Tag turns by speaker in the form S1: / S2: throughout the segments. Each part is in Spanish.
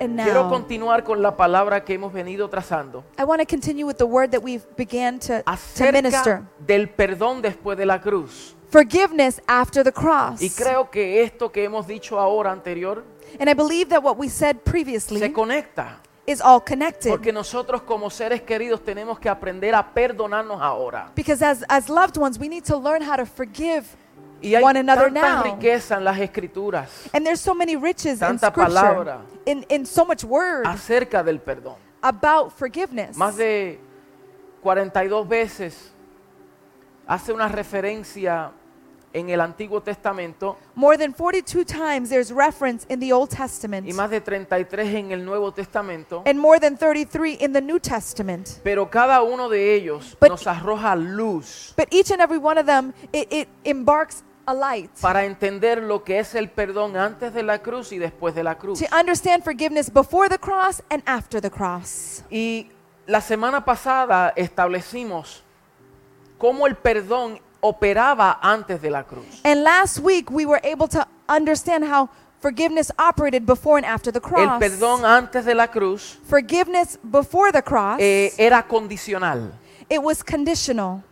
S1: and
S2: Quiero
S1: now.
S2: continuar con la palabra que hemos venido trazando
S1: I want to continue with the word that we've began to, to minister.
S2: acerca del perdón después de la cruz.
S1: Forgiveness after the cross.
S2: Y creo que esto que hemos dicho ahora anterior
S1: And I believe that what we said
S2: se
S1: previously
S2: conecta,
S1: is all connected.
S2: porque nosotros como seres queridos tenemos que aprender a perdonarnos ahora.
S1: Because as, as loved ones, we need to learn how to forgive
S2: Y hay
S1: one another now.
S2: tanta riqueza en las escrituras
S1: And there's so many riches in
S2: Tanta
S1: scripture,
S2: palabra.
S1: in, in so much word
S2: acerca del perdón.
S1: about forgiveness.
S2: Más de 42 veces hace una referencia en el Antiguo Testamento
S1: More than 42 times there's reference in the Old
S2: y
S1: Testament
S2: más de 33 en el Nuevo Testamento,
S1: and more than 33 in the New Testament.
S2: pero cada uno de ellos
S1: But-
S2: nos arroja luz
S1: But each and every one of them, it, it embarks a light
S2: para entender lo que es el perdón antes de la cruz y después de la cruz.
S1: to understand forgiveness before the cross and after the cross.
S2: Y la semana pasada establecimos cómo el perdón operaba antes de la cruz.
S1: And last week we were able to understand how forgiveness operated before and after the
S2: El
S1: cross.
S2: perdón antes de la cruz
S1: Forgiveness before the cross,
S2: eh, era condicional.
S1: it was conditional.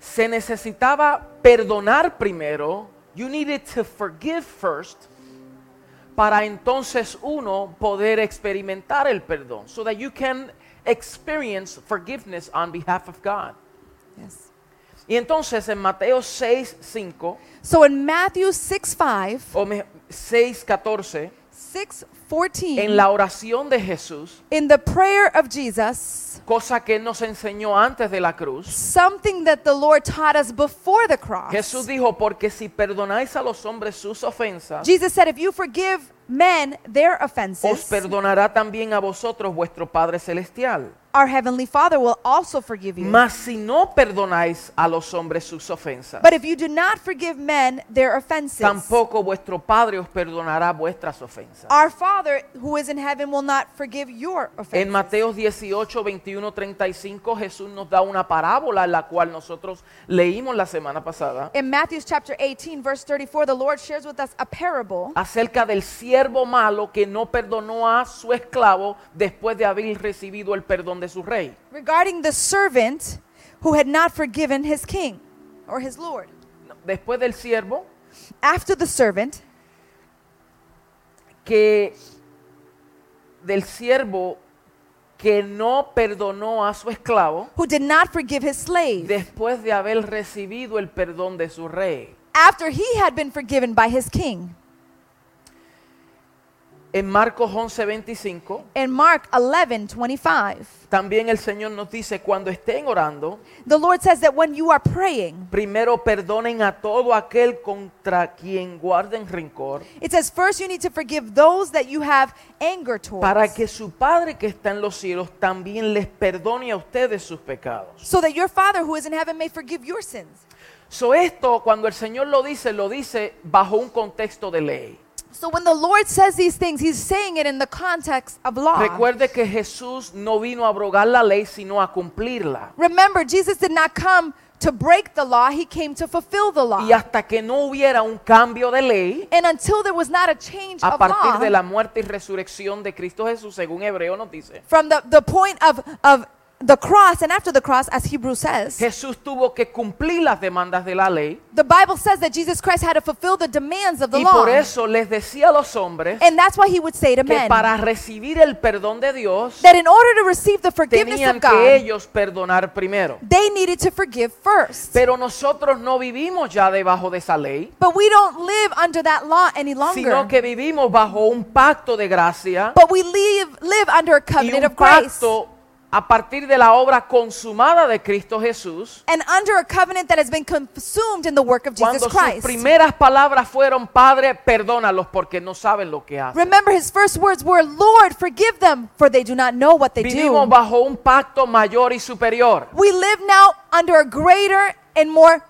S2: Se necesitaba perdonar primero. You needed to forgive first. Para entonces uno poder experimentar el perdón. So that you can experience forgiveness on behalf of God.
S1: Yes.
S2: Y entonces en Mateo 6, 5
S1: So in Matthew 6 5,
S2: o me- 6, 14,
S1: 6 14,
S2: en la oración de Jesús,
S1: in the prayer of Jesus,
S2: cosa que él nos enseñó antes de la cruz,
S1: something that the Lord taught us before the cross.
S2: Jesús dijo, porque si perdonáis a los hombres sus ofensas,
S1: Jesus said, If you forgive men their
S2: os
S1: offenses,
S2: perdonará también a vosotros vuestro Padre Celestial.
S1: our Heavenly Father will also forgive you.
S2: Mas si no perdonáis a los hombres sus ofensas,
S1: but if you do not forgive men their offenses,
S2: tampoco vuestro Padre os perdonará vuestras ofensas.
S1: our Father who is in heaven will not forgive your offenses.
S2: En Mateo 18, 21, 35 Jesús nos da una parábola la cual nosotros leímos la semana pasada
S1: in Matthew chapter 18, verse 34, the Lord shares with us a parable
S2: acerca del siervo malo que no perdonó a su esclavo después de haber recibido el perdón de su rey.
S1: regarding the servant who had not forgiven his king or his Lord.
S2: Después del siervo
S1: After the servant,
S2: que del siervo que no perdonó a su esclavo
S1: who did not forgive his slave,
S2: después de haber recibido el perdón de su rey.
S1: after he had been forgiven by his king.
S2: En Marcos 11:25
S1: In Mark 11, 25,
S2: también el Señor nos dice, cuando estén orando,
S1: the Lord says that when you are praying,
S2: primero perdonen a todo aquel contra quien guarden rencor,
S1: it says first you need to forgive those that you have anger towards.
S2: para que su Padre que está en los cielos también les perdone a ustedes sus pecados.
S1: so that your Father who is in heaven may forgive your sins.
S2: So esto, cuando el Señor lo dice, lo dice bajo un contexto de ley.
S1: So when the Lord says these things, he's saying it in the context of law.
S2: Recuerde que Jesús no vino a abrogar la ley, sino a cumplirla.
S1: Remember, Jesus did not come to break the law, he came to fulfill the law.
S2: Y hasta que no hubiera un cambio de ley,
S1: And until there was not a change
S2: a
S1: of law,
S2: partir de la muerte y resurrección de Cristo Jesús, según Hebreo nos dice,
S1: from the, the point of, of the cross and after the cross, as Hebrew says,
S2: Jesús tuvo que cumplir las demandas de la ley.
S1: the Bible says that Jesus Christ had to fulfill the demands of the
S2: Y
S1: law.
S2: por eso les decía a los hombres
S1: and that's why he would say to
S2: que
S1: men
S2: para recibir el perdón de Dios,
S1: that in order to receive the forgiveness
S2: tenían
S1: of
S2: que
S1: God,
S2: ellos perdonar primero.
S1: they needed to forgive first.
S2: Pero nosotros no vivimos ya debajo de esa ley,
S1: but we don't live under that law any longer.
S2: sino que vivimos bajo un pacto de gracia.
S1: But we live live under a
S2: y
S1: covenant
S2: un
S1: of grace.
S2: pacto a partir de la obra consumada de Cristo Jesús.
S1: And under a covenant that has been consumed in the work of Jesus
S2: Cuando sus
S1: Christ.
S2: primeras palabras fueron, Padre, perdónalos porque no saben lo que hacen.
S1: Remember his first words were, Lord, forgive them, for they do not know what they
S2: Vivimos
S1: do.
S2: bajo un pacto mayor y superior,
S1: We live now under a greater and more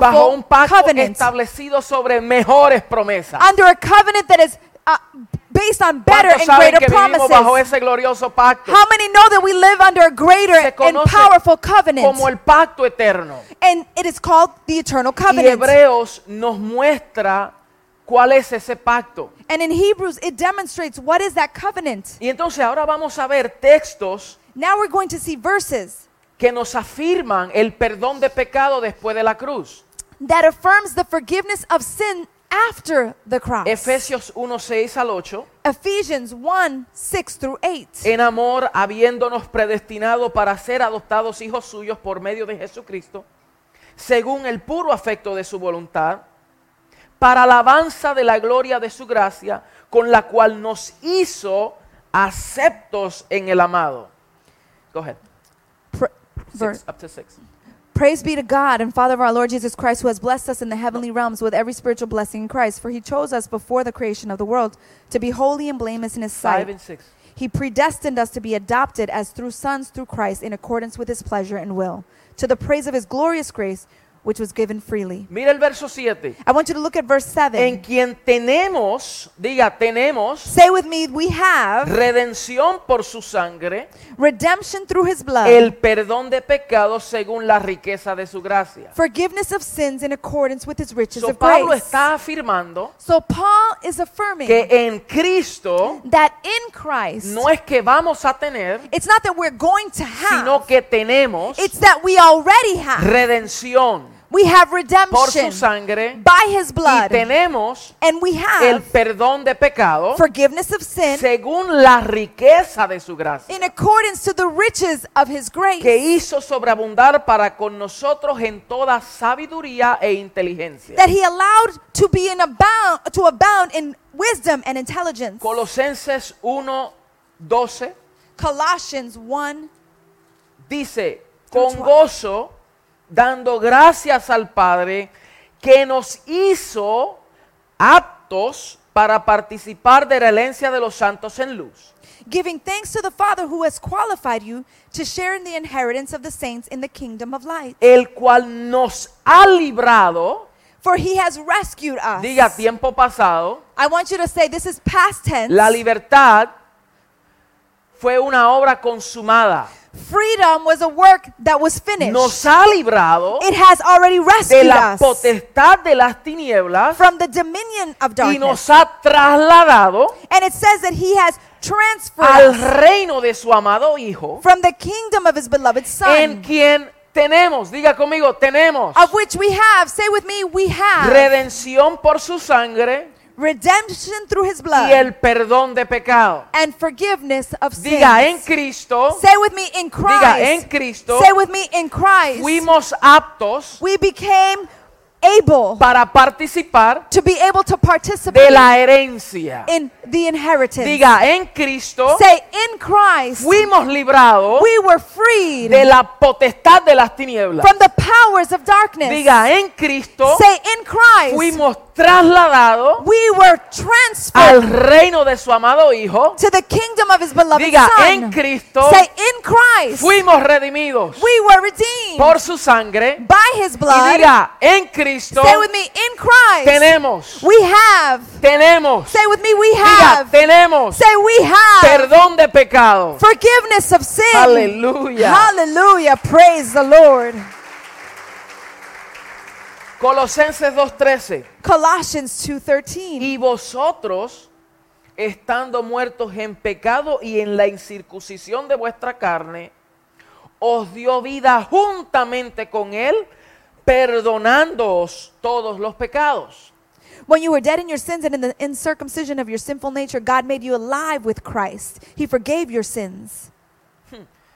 S2: bajo un
S1: powerful
S2: pacto
S1: covenant.
S2: establecido sobre mejores promesas.
S1: Under a covenant that is uh, based on better
S2: ¿Cuántos
S1: and
S2: saben
S1: greater
S2: que vivimos bajo
S1: promises.
S2: ese glorioso pacto?
S1: How many know that we live under a greater
S2: Se
S1: and
S2: conoce
S1: powerful covenant?
S2: como el pacto eterno.
S1: And it is called the eternal
S2: Y
S1: covenant.
S2: Hebreos nos muestra ¿Cuál es ese pacto?
S1: And in Hebrews, it demonstrates what is that covenant.
S2: Y entonces ahora vamos a ver textos
S1: Now we're going to see verses
S2: que nos afirman el perdón de pecado después de la cruz.
S1: that affirms the forgiveness of sin after the cross.
S2: Efesios 1, 6 al 8.
S1: Ephesians 1 6 through 8.
S2: En amor, habiéndonos predestinado para ser adoptados hijos suyos por medio de Jesucristo, según el puro afecto de su voluntad, para alabanza de la gloria de su gracia, con la cual nos hizo aceptos en el amado. Go ahead.
S1: Pr- ver-
S2: Six, up to six.
S1: Praise be to God and Father of our Lord Jesus Christ, who has blessed us in the heavenly realms with every spiritual blessing in Christ. For he chose us before the creation of the world to be holy and blameless in his
S2: Five
S1: sight.
S2: and six.
S1: He predestined us to be adopted as through sons through Christ in accordance with his pleasure and will, to the praise of his glorious grace, which was given freely.
S2: Mira el verso 7.
S1: I want you to look at verse 7.
S2: En quien tenemos, diga, tenemos
S1: Say with me, we have
S2: redención por su sangre.
S1: redemption through his blood,
S2: el perdón de pecados según la riqueza de su gracia.
S1: forgiveness of sins in accordance with his riches
S2: So,
S1: of
S2: Pablo
S1: grace.
S2: está afirmando
S1: So Paul is affirming
S2: que en Cristo
S1: that in Christ,
S2: no es que vamos a tener,
S1: it's not that we're going to have,
S2: sino que tenemos
S1: it's that we already have.
S2: redención
S1: we have
S2: por su
S1: redemption
S2: sangre
S1: by his
S2: y
S1: blood,
S2: tenemos
S1: and we
S2: el
S1: have
S2: perdón de pecados
S1: forgiveness of sin
S2: según la riqueza de su gracia
S1: in accordance to the riches of his grace
S2: que hizo sobreabundar para con nosotros en toda sabiduría e inteligencia.
S1: that he allowed to be in abound to abound in wisdom and intelligence.
S2: Colosenses 1:12
S1: Colossians 1
S2: dice, con gozo, dando gracias al Padre, que nos hizo aptos para participar de la herencia de los santos en luz.
S1: giving thanks to the Father who has qualified you to share in the inheritance of the saints in the kingdom of light.
S2: El cual nos ha librado,
S1: For he has rescued us.
S2: diga tiempo pasado,
S1: I want you to say this is past tense.
S2: la libertad fue una obra consumada.
S1: Freedom was a work that was finished.
S2: Nos ha librado
S1: It has already
S2: de
S1: rescued
S2: la
S1: us
S2: potestad de las tinieblas
S1: from the dominion of
S2: y
S1: darkness.
S2: nos ha trasladado
S1: And it says that he has transferred
S2: al
S1: us
S2: reino de su amado Hijo.
S1: from the kingdom of his beloved
S2: en
S1: Son,
S2: quien tenemos, diga conmigo, tenemos
S1: of which we have, say with me, we have
S2: redención por su sangre
S1: redemption through his
S2: y
S1: blood
S2: el perdón de pecado.
S1: and forgiveness of
S2: Diga en
S1: sins.
S2: Cristo,
S1: Say with me, in
S2: Oh. diga en
S1: Christ.
S2: Cristo,
S1: Say with me, in Christ.
S2: fuimos aptos
S1: We became able
S2: para participar
S1: to be able to
S2: de
S1: participate
S2: la herencia.
S1: in the inheritance.
S2: Diga "Oh." en Cristo,
S1: Say, in Christ,
S2: fuimos librados
S1: we were freed
S2: de la potestad de las tinieblas.
S1: from the powers of darkness.
S2: Diga en Cristo,
S1: Say, in Christ,
S2: fuimos trasladados
S1: we were
S2: al
S1: transferred
S2: reino de su amado Hijo.
S1: to the kingdom of his beloved
S2: Diga en
S1: Son.
S2: Cristo,
S1: Say, in Christ,
S2: fuimos redimidos
S1: we were redeemed
S2: por su sangre
S1: by his
S2: y
S1: blood.
S2: diga en Cristo
S1: Say with me, in Christ,
S2: tenemos
S1: we have.
S2: tenemos
S1: Say with me, we
S2: diga
S1: have.
S2: tenemos
S1: Say, we have
S2: perdón de pecado
S1: forgiveness of sin.
S2: aleluya
S1: Hallelujah. Praise the Lord.
S2: Colosenses 2:13
S1: Colossians 2:13.
S2: y vosotros estando muertos en pecado y en la incircuncisión de vuestra carne os dio vida juntamente con él perdonándoos todos los pecados
S1: When you were dead in your sins and in the incircumcision of your sinful nature, God made you alive with Christ. He forgave your sins.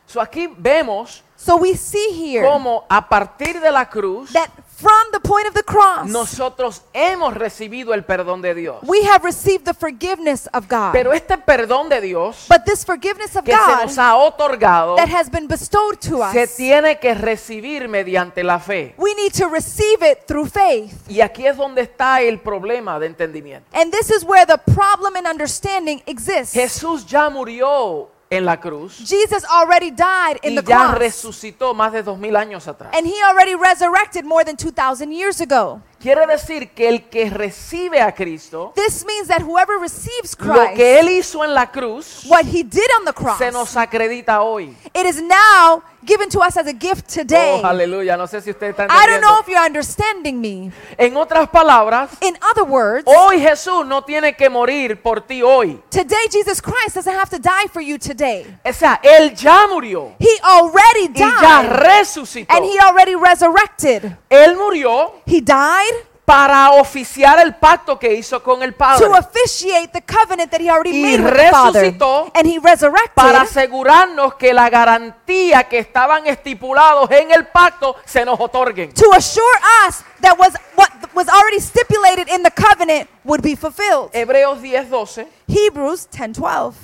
S2: So aquí vemos
S1: So we see here
S2: cómo a partir de la cruz
S1: that from the point of the cross,
S2: nosotros hemos recibido el perdón de Dios.
S1: we have received the forgiveness of God.
S2: Pero este perdón de Dios
S1: But this forgiveness of
S2: que se nos
S1: God
S2: ha otorgado
S1: that has been bestowed to
S2: se
S1: us,
S2: tiene que recibir mediante la fe.
S1: we need to receive it through faith.
S2: Y aquí es donde está el problema de entendimiento.
S1: And this is where the problem in understanding exists.
S2: Jesús ya murió en la cruz
S1: Jesus already died in
S2: y
S1: the
S2: ya
S1: cross.
S2: resucitó más de dos mil años atrás.
S1: And he already resurrected more than 2,000 years ago.
S2: Quiere decir que el que recibe a Cristo,
S1: This means that whoever receives
S2: lo que
S1: Christ,
S2: Él hizo en la cruz,
S1: what he did on the cross,
S2: se nos acredita hoy.
S1: it is now given to us as a gift today.
S2: Oh, aleluya, no sé si ustedes están
S1: I don't know
S2: entendiendo.
S1: if you're understanding me.
S2: En otras palabras,
S1: In other words,
S2: hoy Jesús no tiene que morir por ti hoy.
S1: today Jesus Christ doesn't have to die for you today.
S2: O sea, Él ya murió
S1: He already
S2: y ya
S1: died
S2: resucitó.
S1: and he already resurrected.
S2: Él murió
S1: He died
S2: para oficiar el pacto que hizo con el Padre,
S1: to officiate the covenant that he already
S2: Y
S1: made with the Father.
S2: resucitó
S1: And he resurrected
S2: para asegurarnos que la garantía que estaban estipulados en el pacto se nos otorguen.
S1: to assure us that was what was already stipulated in the covenant would be fulfilled.
S2: Hebreos 10:12
S1: Hebrews 10:12.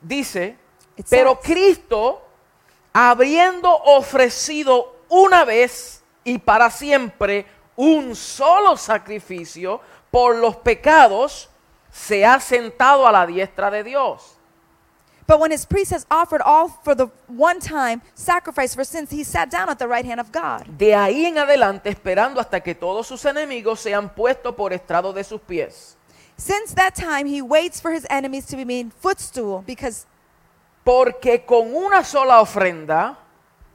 S2: dice,
S1: It
S2: pero
S1: says-
S2: Cristo, habiendo ofrecido una vez y para siempre un solo sacrificio por los pecados, se ha sentado a la diestra de Dios.
S1: But when his priest has offered all for the one time sacrifice for sins, he sat down at the right hand of God.
S2: De ahí en adelante esperando hasta que todos sus enemigos sean puestos por estrado de sus pies.
S1: Since that time, he waits for his enemies to be made footstool because
S2: Porque con una sola ofrenda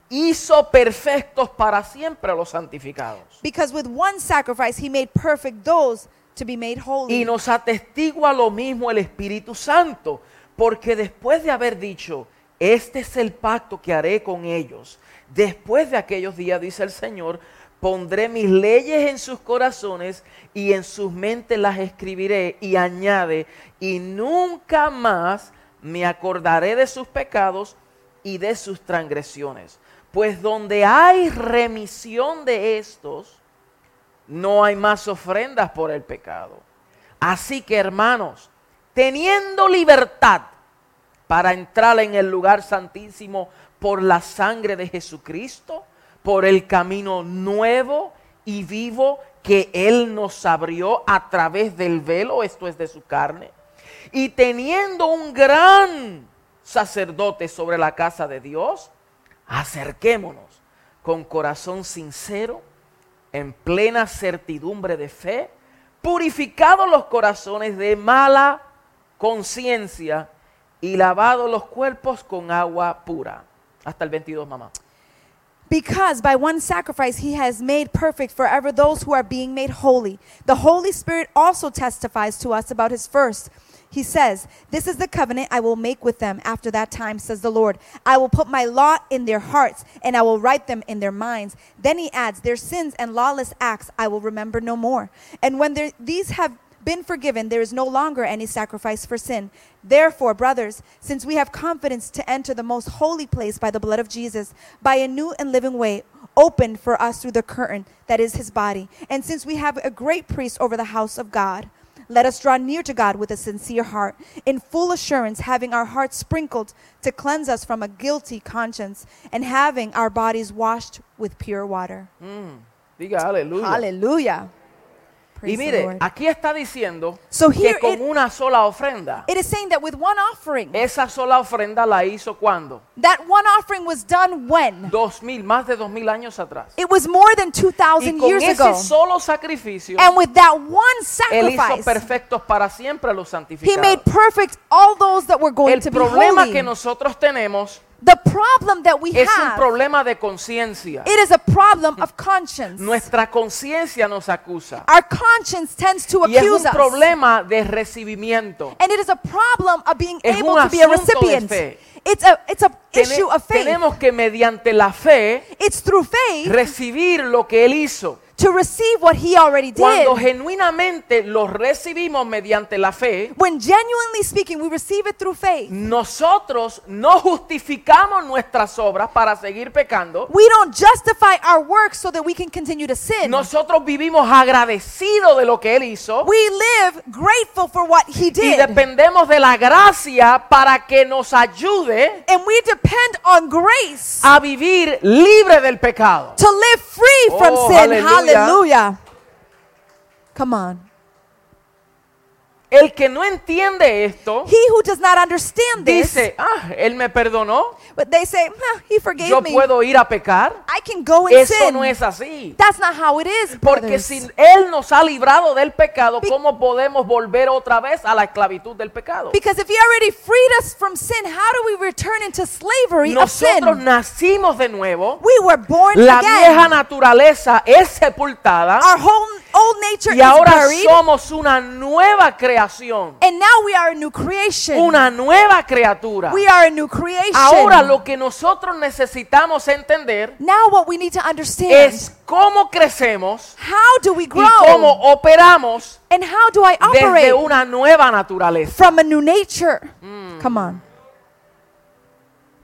S2: hizo perfectos para siempre a los santificados.
S1: because with one sacrifice he made perfect those to be made
S2: Y
S1: holy.
S2: nos atestigua lo mismo el Espíritu Santo, porque después de haber dicho, este es el pacto que haré con ellos, después de aquellos días, dice el Señor, pondré mis leyes en sus corazones y en sus mentes las escribiré y añade, y nunca más me acordaré de sus pecados y de sus transgresiones. Pues donde hay remisión de estos, no hay más ofrendas por el pecado. Así que hermanos, teniendo libertad para entrar en el lugar santísimo por la sangre de Jesucristo, por el camino nuevo y vivo que Él nos abrió a través del velo, esto es de su carne, y teniendo un gran sacerdote sobre la casa de Dios, acerquémonos con corazón sincero en plena certidumbre de fe, purificados los corazones de mala conciencia y lavados los cuerpos con agua pura. Hasta el 22, mamá.
S1: Because by one sacrifice he has made perfect forever those who are being made holy. The Holy Spirit also testifies to us about his first. He says, This is the covenant I will make with them after that time, says the Lord. I will put my law in their hearts, and I will write them in their minds. Then he adds, Their sins and lawless acts I will remember no more. And when there- these have been forgiven, there is no longer any sacrifice for sin. Therefore, brothers, since we have confidence to enter the most holy place by the blood of Jesus, by a new and living way opened for us through the curtain that is his body, and since we have a great priest over the house of God, let us draw near to God with a sincere heart, in full assurance, having our hearts sprinkled to cleanse us from a guilty conscience, and having our bodies washed with pure water.
S2: Diga aleluya.
S1: Hallelujah. Praise
S2: Y
S1: the
S2: mire,
S1: Lord.
S2: aquí está diciendo
S1: So
S2: que
S1: here
S2: con
S1: it-
S2: una sola ofrenda.
S1: It is saying that with one offering,
S2: Esa sola ofrenda la hizo cuando?
S1: that one offering was done when?
S2: Dos mil, más de dos mil años atrás.
S1: It was more than
S2: Y
S1: 2,000
S2: con
S1: years
S2: ese
S1: ago.
S2: solo sacrificio,
S1: And with that one
S2: él hizo
S1: sacrifice,
S2: perfectos para siempre a los
S1: he
S2: santificados.
S1: made perfect all those that were going
S2: El
S1: to be
S2: problema
S1: holy.
S2: que nosotros tenemos
S1: the problem that we
S2: es un
S1: have,
S2: problema de conciencia.
S1: it is a problem of conscience.
S2: Nuestra conciencia nos acusa.
S1: Our conscience tends to
S2: Y es un
S1: accuse us.
S2: problema de recibimiento.
S1: And it is a problem of being
S2: Es
S1: able
S2: un
S1: to be a
S2: asunto de
S1: recipient.
S2: fe.
S1: It's a it's a
S2: Tene-
S1: issue of faith.
S2: Tenemos que mediante la fe
S1: it's through faith
S2: recibir lo que Él hizo.
S1: to receive what he already did.
S2: Cuando genuinamente lo recibimos mediante la fe,
S1: when genuinely speaking, we receive it through faith.
S2: nosotros no justificamos nuestras obras para seguir pecando.
S1: We don't justify our works so that we can continue to sin.
S2: Nosotros vivimos agradecidos de lo que Él hizo.
S1: We live grateful for what he
S2: y
S1: did.
S2: dependemos de la gracia para que nos ayude
S1: and we depend on grace
S2: a vivir libre del pecado.
S1: to live free from
S2: Oh,
S1: sin.
S2: hallelujah.
S1: Hallelujah. Come on.
S2: El que no entiende esto
S1: He who does not understand this,
S2: dice, ah, él me perdonó,
S1: but they say, "Huh, he forgave
S2: yo
S1: me.
S2: puedo ir a pecar.
S1: I can go and
S2: Eso
S1: sin.
S2: no es así.
S1: That's not how it is,
S2: Porque
S1: brothers.
S2: si Él nos ha librado del pecado,
S1: Be-
S2: ¿cómo podemos volver otra vez a la esclavitud del pecado?
S1: Because if he already freed us from sin, how do we return into slavery of sin?
S2: Nosotros nacimos de nuevo,
S1: We were born
S2: la
S1: again.
S2: vieja naturaleza es sepultada
S1: Our whole old nature
S2: y ahora
S1: is buried,
S2: somos una nueva creación,
S1: and now we are a new creation.
S2: una nueva criatura.
S1: We are a new creation.
S2: Ahora lo que nosotros necesitamos entender
S1: now what we need to understand
S2: es cómo crecemos
S1: how do we
S2: y
S1: grow
S2: cómo operamos
S1: and how do I operate
S2: desde una nueva naturaleza.
S1: from a new nature?
S2: Mm.
S1: Come on.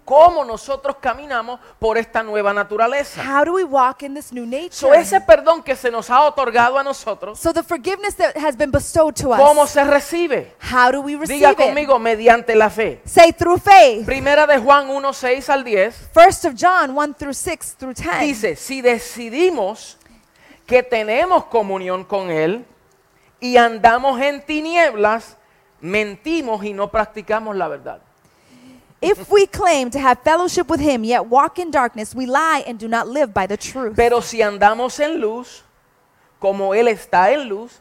S2: Cómo nosotros caminamos por esta nueva naturaleza.
S1: How do we walk in this new nature?
S2: So, ese perdón que se nos ha otorgado a nosotros,
S1: So the forgiveness that has been bestowed to us,
S2: ¿cómo se recibe?
S1: how do we receive
S2: Diga
S1: it?
S2: conmigo, mediante la fe.
S1: Say through faith.
S2: Primera de Juan 1, 6 al 10
S1: First of John 1 through 6 through 10.
S2: dice, si decidimos que tenemos comunión con Él y andamos en tinieblas, mentimos y no practicamos la verdad.
S1: If we claim to have fellowship with him, yet walk in darkness, we lie and do not live by the truth.
S2: Pero si andamos en luz, como Él está en luz,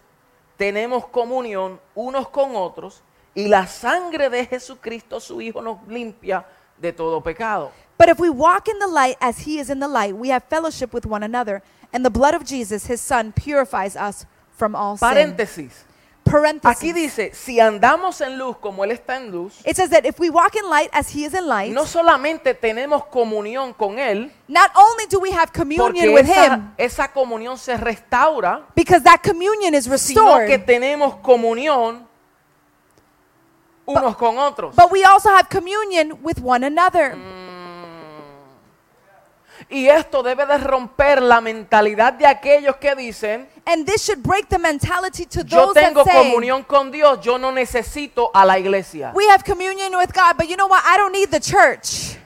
S2: tenemos comunión unos con otros y la sangre de Jesucristo, su Hijo, nos limpia de todo pecado.
S1: But if we walk in the light as he is in the light, we have fellowship with one another, and the blood of Jesus, his son, purifies us from all sin.
S2: Paréntesis. Aquí
S1: Parenthesis.
S2: dice, si andamos en luz como Él está en luz,
S1: It says that if we walk in light as he is in light,
S2: no solamente tenemos comunión con Él,
S1: not only do we have communion
S2: porque
S1: with
S2: esa,
S1: him,
S2: esa comunión se restaura,
S1: because that communion is
S2: sino
S1: restored,
S2: que tenemos comunión unos con otros.
S1: but we also have communion with one another.
S2: Y esto debe de romper la mentalidad de aquellos que dicen,
S1: And this should break the mentality to
S2: yo
S1: those that
S2: tengo
S1: say,
S2: comunión con Dios, yo no necesito a la iglesia.
S1: we have communion with God, but you know what? I don't need the church.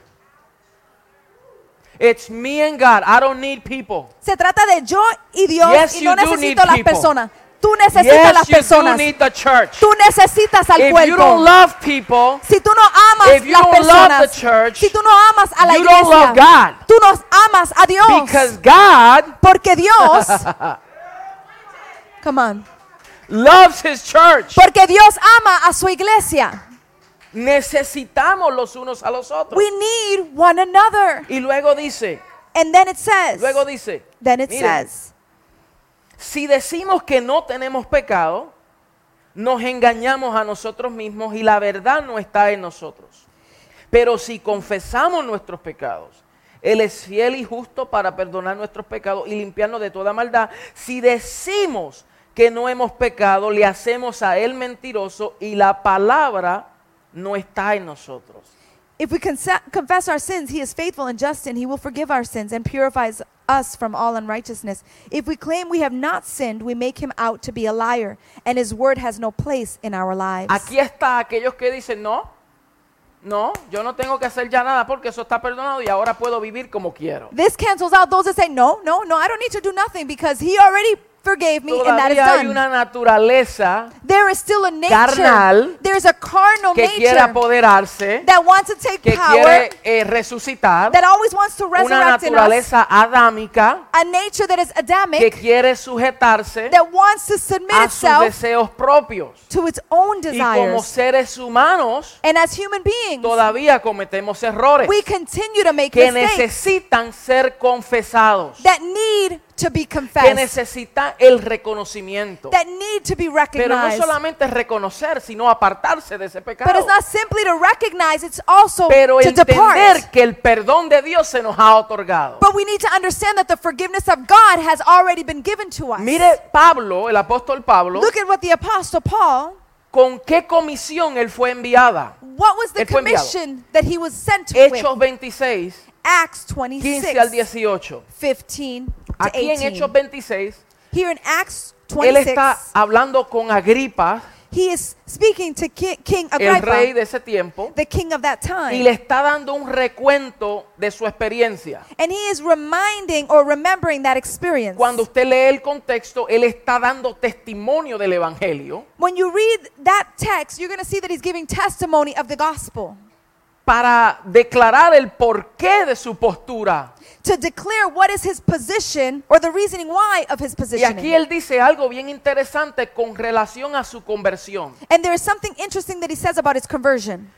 S2: It's me and God, I don't need people.
S1: Se trata de yo y Dios
S2: Yes,
S1: y no
S2: you do need
S1: necesito a las
S2: people.
S1: personas. Tú necesitas a las
S2: Yes, you do
S1: personas.
S2: need the church.
S1: Tú necesitas al
S2: If you
S1: cuerpo.
S2: don't love people,
S1: Si tú no amas
S2: if you
S1: las
S2: don't love the
S1: personas,
S2: church,
S1: si tú no amas a la
S2: you don't
S1: iglesia,
S2: love God.
S1: tú no amas a Dios.
S2: because God
S1: porque Dios, come on,
S2: loves His church,
S1: porque Dios ama a su iglesia.
S2: necesitamos los unos a los otros.
S1: We need one another.
S2: Y luego dice,
S1: And then it says,
S2: luego dice,
S1: then it
S2: miren,
S1: says,
S2: Si decimos que no tenemos pecado, nos engañamos a nosotros mismos y la verdad no está en nosotros. Pero si confesamos nuestros pecados, Él es fiel y justo para perdonar nuestros pecados y limpiarnos de toda maldad. Si decimos que no hemos pecado, le hacemos a Él mentiroso y la palabra no está en nosotros.
S1: if we consa- confess our sins, he is faithful and just and he will forgive our sins and purifies us from all unrighteousness. If we claim we have not sinned, we make him out to be a liar and his word has no place in our lives.
S2: Aquí está aquellos que dicen, no, no, yo no tengo que hacer ya nada porque eso está perdonado y ahora puedo vivir como quiero.
S1: This cancels out those that say, no, no, no, I don't need to do nothing because he already forgave me and that is
S2: Todavía hay
S1: done.
S2: una naturaleza
S1: there is still a nature.
S2: carnal
S1: There's a carnal
S2: que quiere
S1: nature
S2: apoderarse,
S1: that wants to take
S2: que
S1: power,
S2: quiere eh, resucitar,
S1: that always wants to
S2: una
S1: resurrect in us,
S2: naturaleza adámica
S1: a nature that is
S2: que
S1: Adamic,
S2: quiere sujetarse
S1: that wants to submit
S2: a sus
S1: itself
S2: deseos propios.
S1: to its own
S2: Y como
S1: desires.
S2: seres humanos
S1: And as human beings,
S2: todavía cometemos errores
S1: we continue to make
S2: que
S1: mistakes
S2: necesitan ser confesados,
S1: that need to be
S2: que
S1: confessed,
S2: necesitan el reconocimiento.
S1: that need to be
S2: Pero no
S1: recognized.
S2: solamente reconocer, sino apartarse de ese pecado.
S1: But it's not simply to recognize, it's also
S2: pero
S1: to depart.
S2: entender que el perdón de Dios se nos ha otorgado.
S1: But we need to understand that the forgiveness of God has already been given to us.
S2: Mire Pablo, el apóstol Pablo,
S1: Look at what the apostle Paul,
S2: con qué comisión él fue enviada.
S1: what was the
S2: Él fue enviado.
S1: commission that he was sent with?
S2: Hechos 26,
S1: Acts
S2: 15
S1: 26,
S2: al 18.
S1: 15 to
S2: Aquí en
S1: 18.
S2: Hechos 26,
S1: Here in Acts
S2: él está
S1: 26,
S2: hablando con Agripa
S1: He is speaking to Ki- King
S2: el rey
S1: Agrippa,
S2: de ese tiempo,
S1: the king of that
S2: y
S1: time.
S2: le está dando un recuento de su experiencia.
S1: And he is reminding or remembering that experience.
S2: Cuando usted lee el contexto, él está dando testimonio del evangelio
S1: When you read that text, you're going to see that he's giving testimony of the gospel
S2: para declarar el porqué de su postura.
S1: to declare what is his position or the reasoning why of his
S2: Y aquí
S1: positioning.
S2: él dice algo bien interesante con relación a su conversión.
S1: And there is something interesting that he says about his conversion.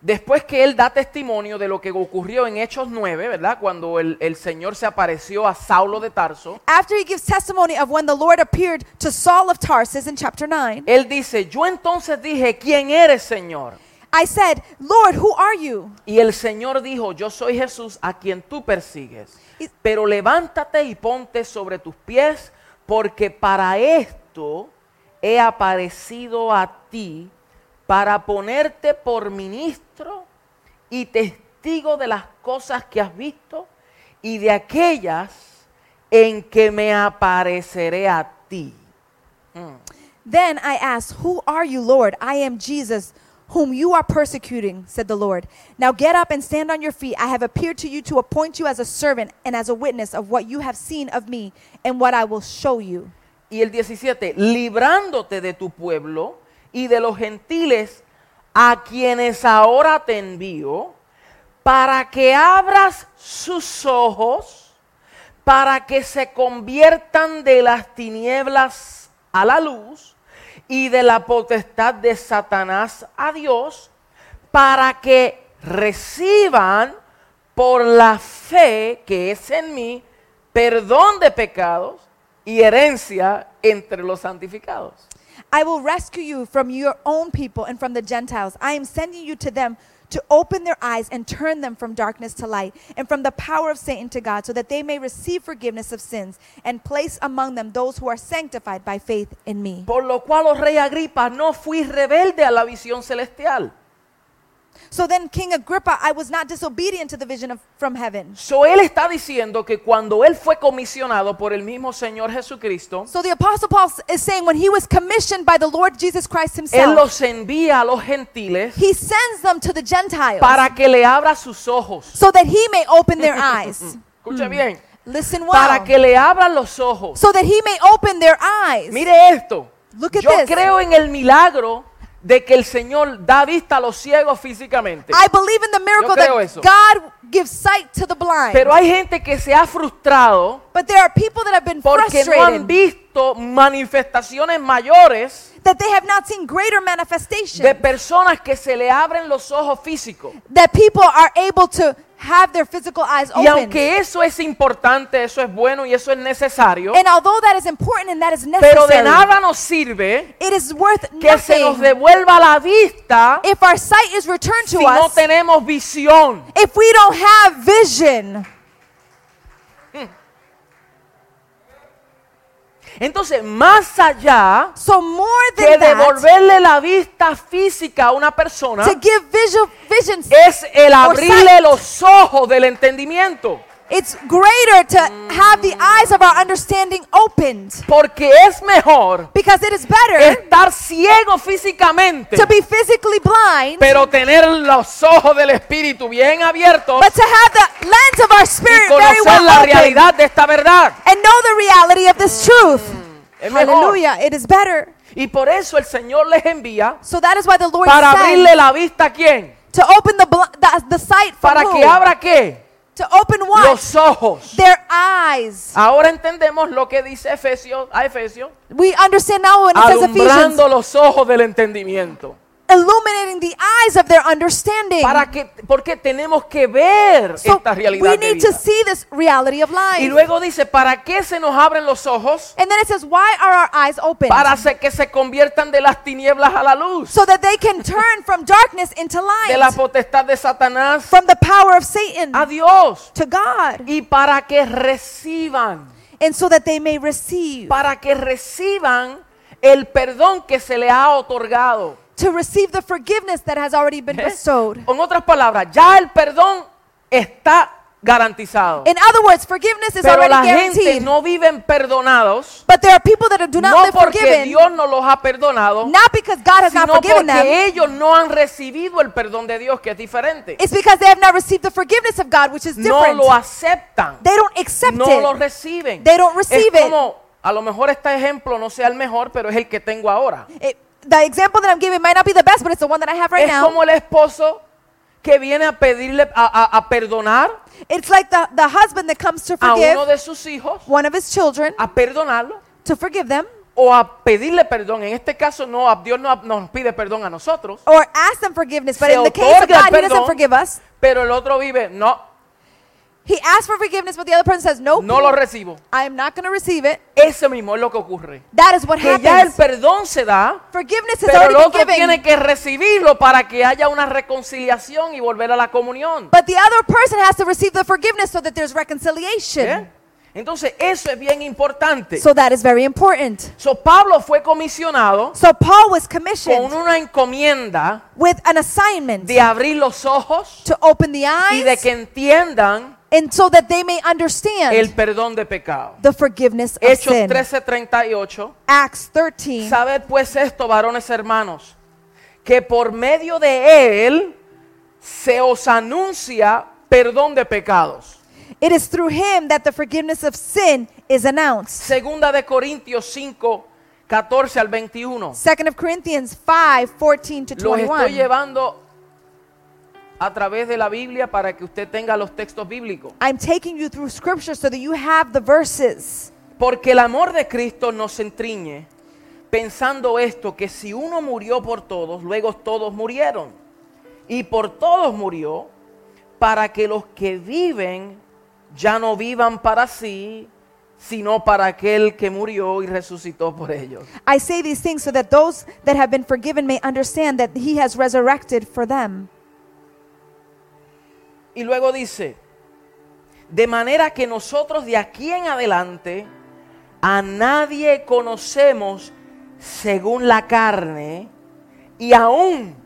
S2: Después que él da testimonio de lo que ocurrió en Hechos 9, ¿verdad? Cuando el, el Señor se apareció a Saulo de Tarso,
S1: After he gives testimony of when the Lord appeared to Saul of Tarsus in chapter 9,
S2: él dice, yo entonces dije, ¿quién eres, Señor?
S1: I said, Lord, who are you?
S2: Y el Señor dijo, yo soy Jesús a quien tú persigues,
S1: Y-
S2: pero levántate y ponte sobre tus pies, porque para esto he aparecido a ti, para ponerte por ministro y testigo de las cosas que has visto y de aquellas en que me apareceré a ti.
S1: Then I asked, Who are you, Lord? I am Jesus, whom you are persecuting, said the Lord. Now get up and stand on your feet. I have appeared to you to appoint you as a servant and as a witness of what you have seen of me and what I will show you.
S2: Y el 17, librándote de tu pueblo y de los gentiles a quienes ahora te envío, para que abras sus ojos, para que se conviertan de las tinieblas a la luz y de la potestad de Satanás a Dios, para que reciban por la fe que es en mí perdón de pecados y herencia entre los santificados.
S1: I will rescue you from your own people and from the Gentiles. I am sending you to them to open their eyes and turn them from darkness to light and from the power of Satan to God, so that they may receive forgiveness of sins and place among them those who are sanctified by faith in me.
S2: Por lo cual, oh rey Agripa, no fui rebelde a la visión celestial.
S1: So then, King Agrippa, I was not disobedient to the vision of, from heaven.
S2: So, él está diciendo que cuando él fue comisionado por el mismo Señor Jesucristo,
S1: So the Apostle Paul s- is saying when he was commissioned by the Lord Jesus Christ
S2: él
S1: himself,
S2: los envía a los gentiles
S1: he sends them to the Gentiles
S2: para que le abra sus ojos.
S1: so that he may open their eyes.
S2: Escuche
S1: Mm.
S2: bien.
S1: Listen
S2: Para
S1: well.
S2: que le abran los ojos.
S1: So that he may open their eyes.
S2: Mire esto.
S1: Look at
S2: Yo
S1: this.
S2: creo en el milagro de que el Señor da vista a los ciegos físicamente.
S1: I believe in the miracle
S2: creo
S1: that
S2: eso.
S1: God gives sight to the blind.
S2: Pero hay gente que se ha frustrado
S1: but there are people that have been
S2: porque no han
S1: frustrated
S2: visto manifestaciones mayores
S1: that they have not seen greater manifestation.
S2: de personas que se le abren los ojos físicos.
S1: that people are able to have their physical eyes
S2: Y
S1: open.
S2: aunque eso es importante, eso es bueno y eso es necesario,
S1: And although that is important and that is necessary,
S2: pero de nada nos sirve
S1: it is worth
S2: que se nos
S1: nothing
S2: devuelva la vista
S1: if our sight is returned to
S2: si no
S1: us,
S2: tenemos visión.
S1: if we don't have vision.
S2: Entonces, más allá
S1: So more
S2: que
S1: than that,
S2: devolverle la vista física a una persona,
S1: to give visual vision,
S2: es el abrirle
S1: sight.
S2: los ojos del entendimiento.
S1: it's greater to have the eyes of our understanding opened
S2: Porque es mejor
S1: because it is better
S2: estar ciego físicamente,
S1: to be physically blind,
S2: pero tener los ojos del espíritu bien abiertos
S1: but to have the lens of our
S2: y
S1: spirit very
S2: conocer
S1: well
S2: la
S1: open
S2: realidad de esta verdad.
S1: and know the reality of this truth.
S2: Es Mm. mejor.
S1: Hallelujah! It is better.
S2: Y por eso el Señor les envía
S1: So that is why the Lord
S2: para
S1: said
S2: abrirle la vista a quién?
S1: to open the bl- the, the sight for
S2: Para
S1: who?
S2: que abra qué?
S1: to open what
S2: Los ojos.
S1: their eyes.
S2: Ahora entendemos lo que dice Efesios, a Efesios,
S1: We understand now when it says Ephesians,
S2: alumbrando los ojos del entendimiento.
S1: illuminating the eyes of their understanding.
S2: Para que, porque tenemos que ver
S1: so
S2: esta realidad.
S1: we
S2: de
S1: need to
S2: vida.
S1: see this reality of life.
S2: Y luego dice, ¿para qué se nos abren los ojos?
S1: and then it says, why are our eyes open?
S2: Para se- que se conviertan de las tinieblas a la luz,
S1: so that they can turn from darkness into light,
S2: de la Ah. potestad de Satanás
S1: from the power of Satan
S2: a Dios.
S1: to God,
S2: Y para que reciban,
S1: and so that they may receive,
S2: para que reciban el perdón que se le ha otorgado.
S1: to receive the forgiveness that has already been
S2: ¿Eh?
S1: bestowed.
S2: En otras palabras, ya el perdón está garantizado.
S1: In other words, forgiveness is
S2: Pero la
S1: already
S2: gente
S1: guaranteed.
S2: no viven perdonados,
S1: but there are people that do not
S2: no
S1: live
S2: porque
S1: forgiven,
S2: Dios no los ha perdonado,
S1: not because God has not
S2: sino
S1: forgiven them.
S2: porque ellos no han recibido el perdón de Dios, que es diferente.
S1: It's because they have not received the forgiveness of God, which is
S2: No
S1: different.
S2: lo aceptan,
S1: they don't accept
S2: no
S1: it.
S2: lo reciben.
S1: They don't receive
S2: es
S1: it.
S2: como, a lo mejor este ejemplo no sea el mejor, pero es el que tengo ahora.
S1: It- The example that I'm giving might not be the best, but it's the one that I have right
S2: es
S1: now.
S2: como el esposo que viene a pedirle, a, a- a perdonar
S1: It's like the, the husband that comes to
S2: a
S1: forgive
S2: uno de sus hijos,
S1: one of his children,
S2: a perdonarlo
S1: to forgive them,
S2: o a pedirle perdón. En este caso, no, a- Dios no nos pide perdón a nosotros,
S1: or ask them forgiveness. But
S2: Se
S1: in the case of
S2: otorga el
S1: God, He doesn't
S2: perdón.
S1: forgive us.
S2: pero el otro vive, no,
S1: He asks for forgiveness, but the other person says, Nope,
S2: no lo recibo.
S1: I am not going to receive it.
S2: Eso mismo es lo que ocurre.
S1: That is what
S2: Que ya el
S1: happens.
S2: perdón se da,
S1: Forgiveness has
S2: pero el
S1: already been
S2: otro
S1: given.
S2: tiene que recibirlo para que haya una reconciliación y volver a la comunión.
S1: But the other person has to receive the forgiveness so that there's reconciliation.
S2: ¿Bien? ¿eh? Entonces, eso es bien importante.
S1: So that is very important.
S2: So, Pablo fue comisionado
S1: So Paul was
S2: con
S1: commissioned
S2: una encomienda
S1: with an assignment
S2: de abrir los ojos
S1: to open the
S2: y de
S1: eyes
S2: que entiendan
S1: and so that they may understand
S2: el perdón de pecado.
S1: the forgiveness of
S2: Hechos
S1: sin.
S2: 13:38.
S1: Acts 13.
S2: Sabed pues esto, varones hermanos, que por medio de él se os anuncia perdón de pecados.
S1: It is through him that the forgiveness of sin is announced.
S2: Segunda de Corintios 5, 14 al 21.
S1: Second of Corinthians 5, 14 to
S2: Los estoy
S1: 21.
S2: llevando a través de la Biblia para que usted tenga los textos bíblicos.
S1: I'm taking you through scripture so that you have the verses.
S2: Porque el amor de Cristo nos entriñe pensando esto, que si uno murió por todos, luego todos murieron. Y por todos murió para que los que viven ya no vivan para sí, sino para aquel que murió y resucitó por ellos.
S1: I say these things so that those that have been forgiven may understand that he has resurrected for them.
S2: Y luego dice, de manera que nosotros de aquí en adelante a nadie conocemos según la carne, y aún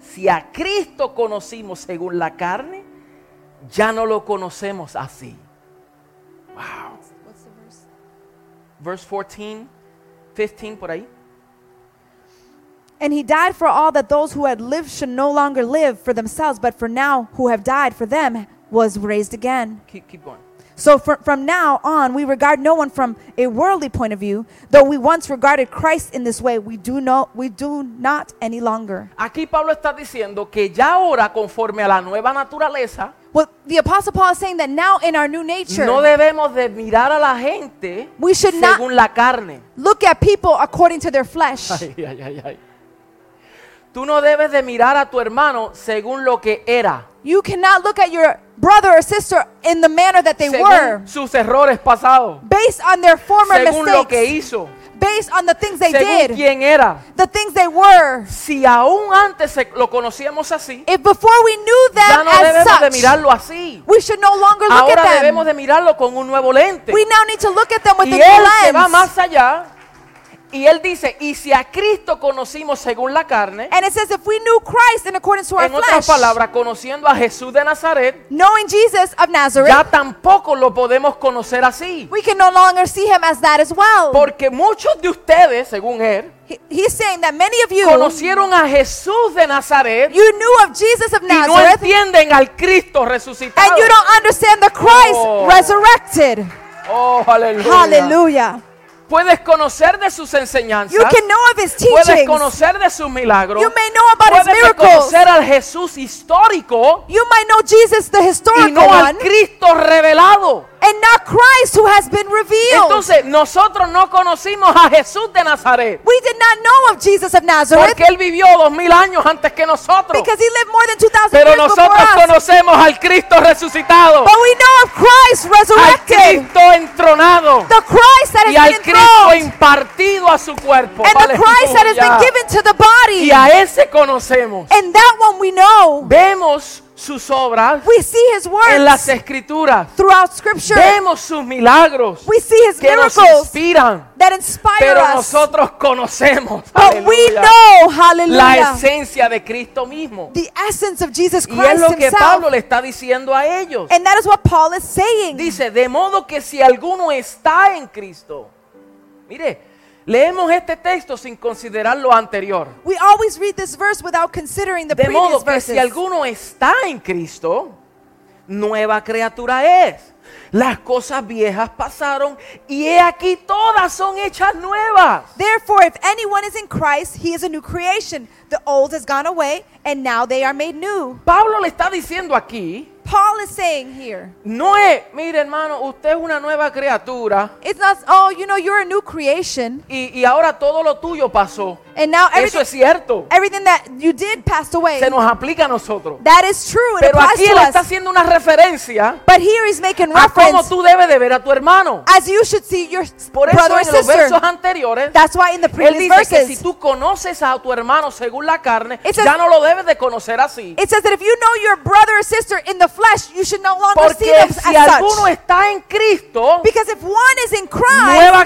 S2: si a Cristo conocimos según la carne, ya no lo conocemos así. Wow. Verse 14, 15 por ahí.
S1: And he died for all that those who had lived should no longer live for themselves, but for now who have died for them was raised again.
S2: Keep, keep going.
S1: So fr- from now on, we regard no one from a worldly point of view. Though we once regarded Christ in this way, we do, no, we do not any longer.
S2: Aquí Pablo está diciendo que ya ahora conforme a la nueva naturaleza,
S1: Well, the Apostle Paul is saying that now in our new nature,
S2: No debemos de mirar a la gente
S1: We should not-
S2: según la carne.
S1: look at people according to their flesh.
S2: Tú no debes de mirar a tu hermano según lo que era,
S1: You cannot look at your brother or sister in the manner that they
S2: según
S1: were,
S2: sus errores pasados,
S1: based on their former
S2: según lo que
S1: mistakes,
S2: hizo,
S1: based on the things they
S2: según
S1: did,
S2: quién era.
S1: the things they were.
S2: Si aún antes se- lo conocíamos así,
S1: If before we knew
S2: ya
S1: them
S2: no
S1: as
S2: debemos de
S1: such,
S2: mirarlo así.
S1: we should no longer look
S2: Ahora
S1: at them.
S2: debemos de mirarlo con un nuevo lente.
S1: We now need to look at them with
S2: Y
S1: a
S2: él
S1: new
S2: se va
S1: lens.
S2: más allá y él dice, y si a Cristo conocimos según la carne,
S1: And it says, if we knew Christ in accordance to our
S2: En otras
S1: flesh,
S2: palabras, conociendo a Jesús de Nazaret,
S1: knowing Jesus of Nazareth,
S2: ya tampoco lo podemos conocer así.
S1: we can no longer see him as that as well.
S2: Porque muchos de ustedes, según él,
S1: He- he's saying that many of you,
S2: conocieron a Jesús de Nazaret
S1: you knew of Jesus of
S2: y no
S1: Nazareth,
S2: entienden al Cristo resucitado.
S1: and you don't understand the Christ
S2: Oh.
S1: resurrected.
S2: Oh, aleluya.
S1: Hallelujah.
S2: Puedes conocer de sus
S1: You
S2: enseñanzas.
S1: can know of his
S2: Puedes
S1: teachings.
S2: conocer de sus milagros.
S1: You may know about his
S2: Puedes
S1: miracles.
S2: conocer al Jesús histórico
S1: You might know Jesus, the
S2: y
S1: historical
S2: no al
S1: one,
S2: Cristo revelado.
S1: and not Christ who has been revealed.
S2: Entonces, nosotros no conocimos a Jesús de Nazaret.
S1: We did not know of Jesus of Nazareth
S2: Porque él vivió dos mil años antes que nosotros.
S1: because he lived more than 2,000
S2: Pero
S1: years before
S2: nosotros
S1: us.
S2: conocemos al Cristo resucitado,
S1: But we know of Christ
S2: al
S1: resurrected,
S2: Cristo entronado
S1: the Christ that
S2: y
S1: has
S2: al
S1: been
S2: Cristo
S1: enthroned,
S2: impartido a su cuerpo.
S1: and the Christ that has been
S2: Aleluya.
S1: given to the
S2: Y
S1: body.
S2: a ese conocemos.
S1: And that one we know.
S2: Vemos sus obras
S1: We see his
S2: en
S1: works
S2: las escrituras.
S1: throughout scripture.
S2: Vemos sus milagros
S1: We see his
S2: que nos
S1: miracles
S2: inspiran,
S1: that inspire
S2: pero
S1: us.
S2: nosotros conocemos
S1: But we
S2: aleluya,
S1: know,
S2: la
S1: hallelujah,
S2: esencia de Cristo mismo.
S1: the essence of Jesus
S2: Y es
S1: Christ
S2: lo que Pablo
S1: himself.
S2: le está diciendo a ellos.
S1: And that is what Paul is saying.
S2: Dice, de modo que si alguno está en Cristo. Mire, leemos este texto sin considerar lo anterior.
S1: We always read this verse without considering the
S2: De modo
S1: previous
S2: que
S1: verses.
S2: si alguno está en Cristo, nueva criatura es. Las cosas viejas pasaron y he aquí todas son hechas nuevas.
S1: Therefore, if anyone is in Christ, he is a new creation. The old has gone away, and now they are made new.
S2: Pablo le está diciendo aquí,
S1: Paul is saying here,
S2: no es, mire hermano, usted es una nueva criatura
S1: it's not, oh, you know, you're a new creation,
S2: y, y ahora todo lo tuyo pasó.
S1: and now
S2: Eso
S1: everything,
S2: es cierto.
S1: everything that you did passed away.
S2: Se nos aplica a nosotros.
S1: That is true, it
S2: Pero
S1: applies
S2: aquí
S1: to
S2: él está
S1: us.
S2: haciendo una referencia
S1: But here he's making
S2: a cómo
S1: reference
S2: tú debes de ver a tu hermano.
S1: as you should see your s-
S2: Por
S1: brother
S2: eso
S1: or
S2: en los
S1: sister.
S2: versos anteriores,
S1: That's why in the
S2: él
S1: previous
S2: dice que si
S1: verses,
S2: tú conoces a tu hermano según la carne,
S1: It says-
S2: ya no lo debes de conocer así.
S1: it says that if you know your brother or sister in the flesh, you should no longer see
S2: Porque
S1: them as
S2: si alguno
S1: such.
S2: está en Cristo,
S1: Because if one is in Christ,
S2: nueva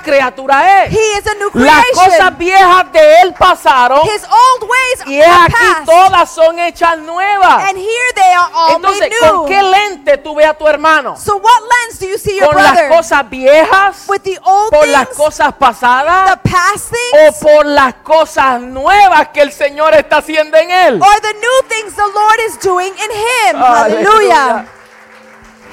S1: he
S2: criatura es.
S1: is a new
S2: Las cosas
S1: creation.
S2: viejas de él pasaron
S1: His old ways
S2: y es
S1: are
S2: aquí
S1: past,
S2: todas son hechas nuevas.
S1: and here they are all
S2: Entonces,
S1: made
S2: ¿con qué
S1: new.
S2: lente tú ves a tu hermano?
S1: So what lens do you see your
S2: ¿Con las
S1: brother?
S2: cosas viejas?
S1: With the old
S2: ¿Por las
S1: things,
S2: cosas pasadas?
S1: the past
S2: o
S1: things,
S2: por las cosas nuevas que el Señor está haciendo en él.
S1: or the new things the Lord is doing in him? Hallelujah.
S2: Aleluya.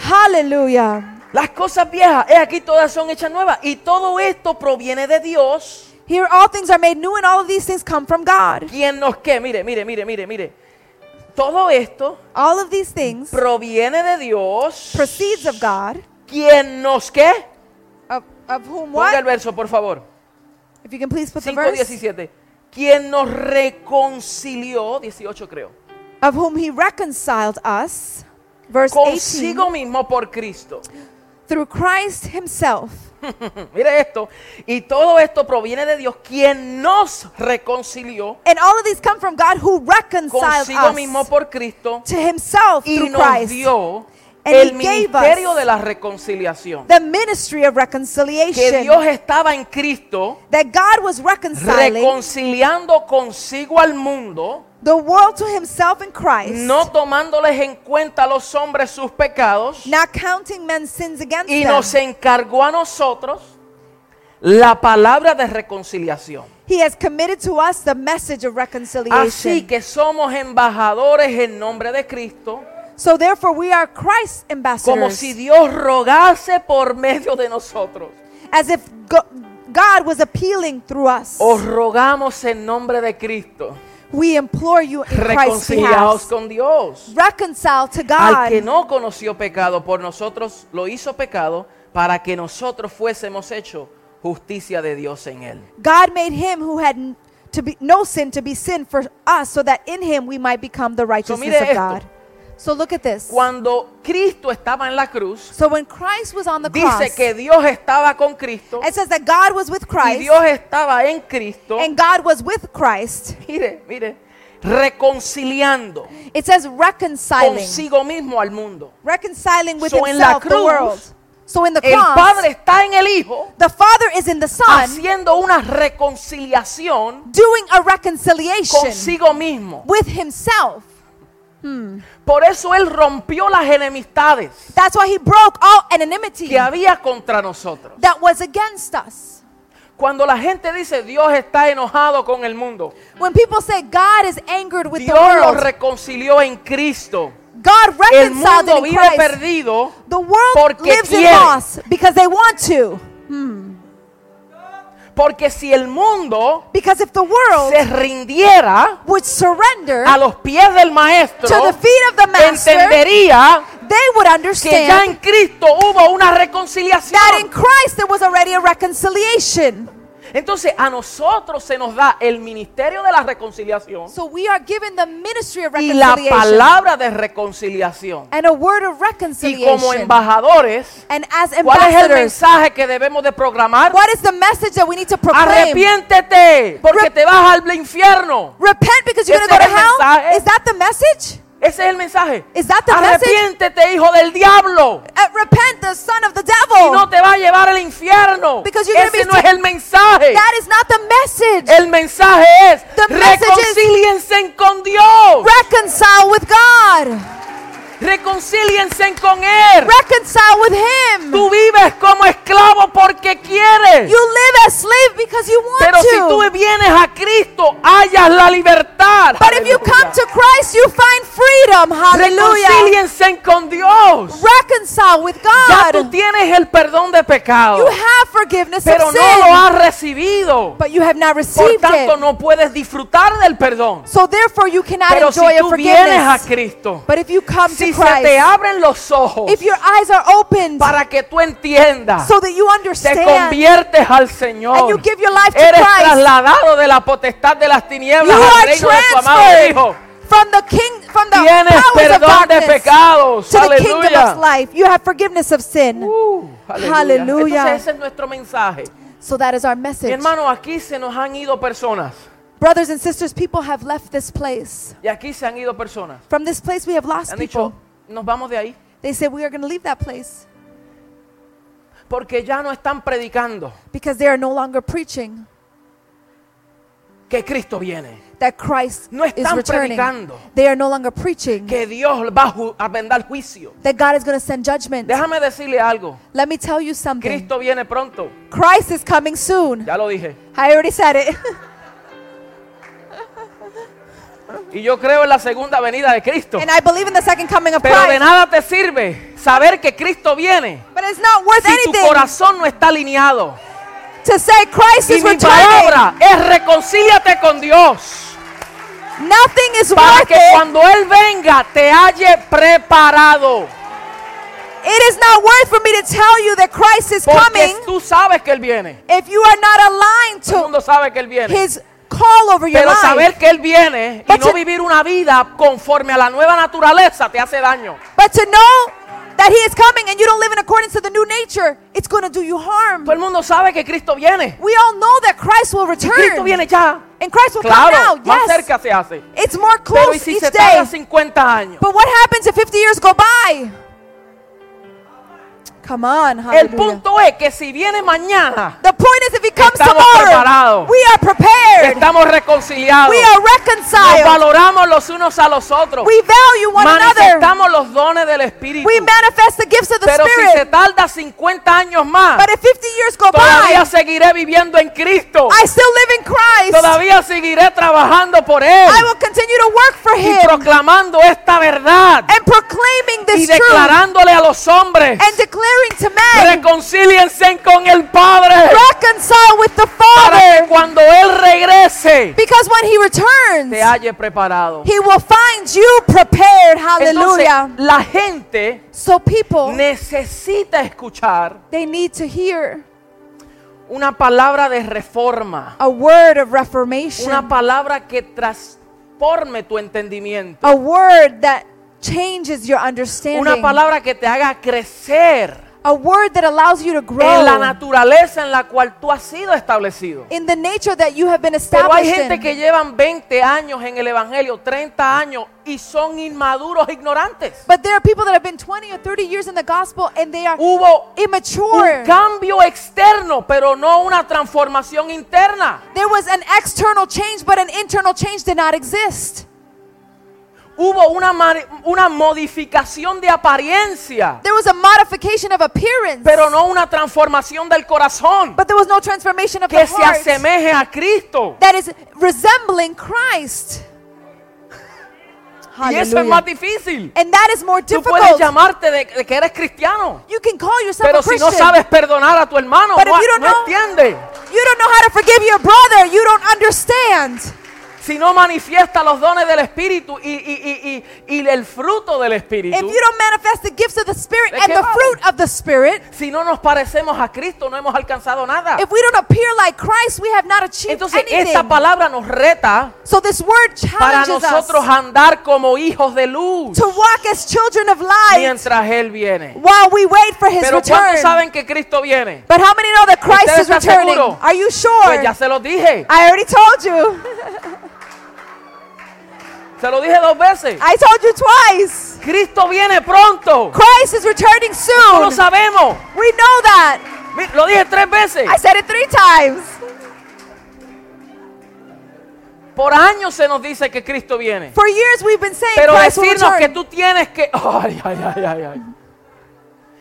S1: Hallelujah.
S2: Las cosas viejas, he aquí todas son hechas nuevas. Y todo esto proviene de Dios,
S1: Here all things are made new and all of these things come from God.
S2: quien nos que, mire, mire, mire, mire, mire. Todo esto
S1: All of these things
S2: proviene de Dios,
S1: proceeds of God,
S2: quien nos que.
S1: of, of whom
S2: Ponga el
S1: what?
S2: verso, por favor.
S1: If you can please put the verse.
S2: 5.17. Quien nos reconcilió, 18 creo,
S1: Of whom he reconciled us, verse 18,
S2: consigo mismo por Cristo.
S1: through Christ himself.
S2: Mm, Mire esto. Y todo esto proviene de Dios, quien nos reconcilió
S1: And all of these come from God who reconciled
S2: consigo mismo
S1: us
S2: por Cristo
S1: to himself
S2: y
S1: through
S2: nos
S1: Christ.
S2: dio
S1: And
S2: el
S1: he gave
S2: ministerio
S1: us
S2: de la reconciliación.
S1: The ministry of
S2: Que
S1: reconciliation.
S2: Dios estaba en Cristo
S1: That God was reconciling
S2: reconciliando consigo al mundo,
S1: the world to himself in Christ,
S2: no tomándoles en cuenta a los hombres sus pecados,
S1: not counting men's sins against
S2: y
S1: them.
S2: nos encargó a nosotros la palabra de reconciliación.
S1: He has committed to us the message of
S2: Así
S1: reconciliation.
S2: que somos embajadores en nombre de Cristo,
S1: So therefore we are Christ's
S2: como
S1: ambassadors.
S2: si Dios rogase por medio de nosotros.
S1: As if go- God was appealing through us.
S2: Os rogamos en nombre de Cristo,
S1: We implore you in Christ's
S2: reconciliaos
S1: behalf.
S2: con Dios.
S1: Reconcile to
S2: Al que
S1: God.
S2: no conoció pecado por nosotros, lo hizo pecado para que nosotros fuésemos hecho justicia de Dios en él.
S1: God made him who had n- to be no sin to be sin for us so that in him we might become the righteousness
S2: mire
S1: of
S2: esto.
S1: God. So look at this.
S2: Cuando Cristo estaba en la cruz,
S1: So when Christ was on the
S2: dice
S1: cross,
S2: que Dios estaba con Cristo
S1: it says that God was with
S2: y
S1: Christ
S2: Dios estaba en Cristo.
S1: and God was with Christ.
S2: Mire, mire, reconciliando
S1: It says
S2: Oh,
S1: reconciling.
S2: consigo mismo al mundo.
S1: reconciling with
S2: So en la
S1: himself the
S2: cruz,
S1: world. So in the
S2: El
S1: cross,
S2: Padre está en el Hijo
S1: the Father is in the Son
S2: haciendo una reconciliación
S1: doing a reconciliation
S2: consigo mismo.
S1: with himself.
S2: Por eso él rompió las enemistades
S1: That's why he broke all enmity
S2: que había contra nosotros.
S1: that was against us.
S2: Cuando la gente dice Dios está enojado con el mundo,
S1: When people say God is angered with the
S2: Dios lo
S1: world,
S2: reconcilió en Cristo.
S1: God
S2: El
S1: reconciled
S2: mundo
S1: it in
S2: vive
S1: Christ.
S2: perdido
S1: the world
S2: porque
S1: lives in
S2: quiere.
S1: loss because they want to.
S2: porque si el mundo
S1: Because if the world
S2: se rindiera
S1: would surrender
S2: a los pies del
S1: to
S2: maestro,
S1: the feet of the master,
S2: entendería
S1: they would
S2: que ya
S1: understand
S2: en Cristo hubo una reconciliación.
S1: that in Christ there was already a reconciliation.
S2: Entonces a nosotros se nos da el ministerio de la reconciliación
S1: So we are given the ministry of
S2: y la
S1: reconciliation
S2: palabra de reconciliación.
S1: and a word of
S2: Y como
S1: reconciliation.
S2: embajadores,
S1: And as
S2: ¿cuál es el
S1: ambassadors,
S2: mensaje que debemos de programar?
S1: what is the message that we need to proclaim?
S2: Arrepiéntete, porque
S1: Rep-
S2: te vas al infierno.
S1: Repent because you're
S2: Ese
S1: going to go
S2: era
S1: to
S2: el
S1: hell?
S2: mensaje.
S1: Is that the message?
S2: Ese es el mensaje.
S1: Is that the message?
S2: Arrepiéntete, hijo del diablo.
S1: Uh, repent, the son of the
S2: Y
S1: devil.
S2: no te va a llevar al infierno.
S1: Because you're gonna
S2: Ese
S1: be
S2: no es el mensaje.
S1: that is not the message.
S2: El mensaje es
S1: The message is-
S2: reconcíliense con Dios.
S1: Reconcile with God.
S2: Reconcíliense con Él.
S1: Reconcile with Him.
S2: Tú vives como esclavo porque quieres.
S1: You live as slave because you want
S2: Pero
S1: to.
S2: si tú vienes a Cristo, hallas la libertad.
S1: but if you come to Christ, you find freedom. Hallelujah.
S2: reconcíliense con Dios.
S1: Reconcile with
S2: Ya
S1: God.
S2: tú tienes el perdón de pecado,
S1: You have forgiveness
S2: pero
S1: of
S2: no
S1: sin,
S2: lo has recibido.
S1: but you have not
S2: Por
S1: received
S2: tanto,
S1: it.
S2: no puedes disfrutar del perdón.
S1: So therefore, you cannot
S2: Pero si
S1: enjoy a
S2: tú vienes a
S1: forgiveness.
S2: Cristo,
S1: But if you come
S2: si
S1: to
S2: se te
S1: Christ,
S2: abren los ojos
S1: if your eyes are opened
S2: para que tú entiendas,
S1: so that you
S2: te
S1: understand
S2: conviertes al
S1: and
S2: Señor.
S1: you give your life to
S2: Eres
S1: Christ,
S2: trasladado de la potestad de las
S1: you
S2: tinieblas al
S1: are
S2: reino de tu amado Hijo.
S1: transferred from the king, from the
S2: Tienes
S1: powers of
S2: perdón de
S1: darkness
S2: pecados.
S1: to the kingdom
S2: Aleluya.
S1: of life. You have forgiveness of sin.
S2: Uh, aleluya.
S1: Aleluya.
S2: Entonces ese es nuestro mensaje.
S1: So that is our
S2: Mi
S1: message.
S2: hermano, aquí se nos han ido personas.
S1: Brothers and sisters, people have left this place.
S2: Y aquí se han ido personas.
S1: From this place, we have lost
S2: Han dicho,
S1: people.
S2: nos vamos de ahí.
S1: They said we are going to leave that place
S2: Porque ya no están predicando
S1: because they are no longer preaching
S2: que Cristo viene.
S1: that Christ
S2: No
S1: is
S2: están
S1: returning.
S2: predicando.
S1: They are no longer preaching
S2: Que Dios va a ju- a vendar juicio.
S1: that God is going to send judgment.
S2: Déjame decirle algo.
S1: Let me tell you something.
S2: Cristo viene pronto.
S1: Christ is coming soon.
S2: Ya lo dije.
S1: I already said it.
S2: Y yo creo en la segunda venida de Cristo.
S1: and I believe in the second coming of
S2: Pero de
S1: Christ.
S2: nada te sirve saber que Cristo viene
S1: But it's not worth
S2: si tu
S1: anything
S2: corazón no está alineado.
S1: to say Christ
S2: Y
S1: is
S2: mi
S1: returning.
S2: palabra es reconcíliate con Dios.
S1: Nothing is
S2: para
S1: worth
S2: que
S1: it.
S2: cuando Él venga te halle preparado.
S1: It is not worth for me to tell you that Christ is
S2: Porque
S1: coming
S2: tú sabes que Él viene.
S1: if you are not
S2: Todo el
S1: aligned
S2: mundo sabe que Él
S1: to
S2: viene.
S1: His call over your
S2: Pero
S1: life.
S2: saber que Él viene y
S1: But
S2: no
S1: to-
S2: vivir una vida conforme a la nueva naturaleza te hace daño.
S1: But to know that He is coming and you don't live in accordance to the new nature, it's going to do you harm.
S2: Todo el mundo sabe que Cristo viene.
S1: We all know that Christ will
S2: Cristo
S1: return.
S2: viene ya.
S1: And Christ will
S2: Claro,
S1: come now.
S2: más
S1: Yes.
S2: cerca se hace.
S1: It's more
S2: Pero ¿y
S1: close
S2: si
S1: each
S2: se tarda
S1: day.
S2: 50 años?
S1: But what happens if 50 years go by? Come on,
S2: El
S1: hallelujah.
S2: punto es que si viene mañana,
S1: The point is if he comes
S2: Estamos
S1: tomorrow,
S2: preparados.
S1: we are prepared.
S2: estamos reconciliados.
S1: We are
S2: Nos
S1: reconciled.
S2: valoramos los unos a los otros.
S1: We value one another.
S2: Manifestamos los dones del Espíritu.
S1: We manifest the gifts of the
S2: Pero si se
S1: Spirit.
S2: tarda 50 años más,
S1: But if 50 years go
S2: todavía
S1: by,
S2: seguiré viviendo en Cristo.
S1: I still live in Christ.
S2: Todavía seguiré trabajando por Él
S1: I will continue to work for
S2: y
S1: him
S2: proclamando esta verdad
S1: and proclaiming
S2: y
S1: this truth
S2: declarándole a los hombres,
S1: and declaring to men,
S2: reconcíliense con el Padre
S1: reconcile with the
S2: para que
S1: Father.
S2: cuando Él regrese
S1: Because when he returns,
S2: te halle preparado.
S1: He will find you prepared.
S2: Entonces,
S1: Hallelujah.
S2: la gente
S1: So people,
S2: necesita escuchar
S1: they need to hear
S2: una palabra de reforma,
S1: a word of reformation,
S2: una palabra que transforme tu entendimiento.
S1: a word that changes your
S2: Una
S1: understanding,
S2: palabra que te haga crecer
S1: a word that allows you to
S2: en la
S1: grow
S2: naturaleza en la cual tú has sido establecido.
S1: in the nature that you have been
S2: Pero hay
S1: established
S2: gente
S1: in.
S2: que llevan 20 años en el Evangelio, 30 años, y son inmaduros, ignorantes.
S1: But there are people that have been 20 or 30 years in the gospel and they are
S2: Hubo un
S1: immature.
S2: cambio externo, pero no una transformación interna.
S1: There was an external change, but an internal change did not exist.
S2: Hubo una, mari- una modificación de apariencia,
S1: There was a modification of appearance,
S2: pero no una transformación del corazón
S1: but there was no transformation of the
S2: que se
S1: heart.
S2: asemeje a Cristo.
S1: that is resembling Christ.
S2: Y eso es más difícil.
S1: And that is more
S2: Tú puedes
S1: difficult.
S2: llamarte de- de que eres cristiano.
S1: You can call yourself
S2: Pero
S1: a
S2: si
S1: Christian.
S2: no sabes perdonar a tu hermano,
S1: But if
S2: no,
S1: you don't
S2: no
S1: know-
S2: entiende.
S1: you don't know how to forgive your brother. You don't understand.
S2: Si no manifiesta los dones del Espíritu y, y- y- y- y el fruto del Espíritu,
S1: If you don't manifest the gifts of the Spirit
S2: ¿De
S1: and
S2: qué
S1: the
S2: vale?
S1: fruit of the Spirit,
S2: si no nos parecemos a Cristo, no hemos alcanzado nada.
S1: if we don't appear like Christ, we have not achieved
S2: Entonces esta
S1: anything.
S2: palabra nos reta
S1: So this word
S2: para
S1: challenges us
S2: nosotros andar como hijos de luz
S1: to walk as children of light
S2: mientras Él viene.
S1: while we wait for His
S2: Pero ¿cuántos
S1: return.
S2: saben que Cristo viene?
S1: But how many know that Christ
S2: ¿Ustedes
S1: is
S2: están
S1: returning?
S2: seguros?
S1: Are you
S2: Pues
S1: sure?
S2: ya se los dije.
S1: I already told you.
S2: Se lo dije dos veces.
S1: I told you twice.
S2: Cristo viene pronto.
S1: Christ is returning
S2: No lo
S1: soon.
S2: sabemos.
S1: We know that.
S2: Mi- Lo dije tres veces.
S1: I said it three times.
S2: Por años se nos dice que Cristo viene.
S1: For years we've been saying
S2: Pero
S1: Christ will
S2: decirnos que
S1: return.
S2: tú tienes que. Ay, ay, ay, ay, ay.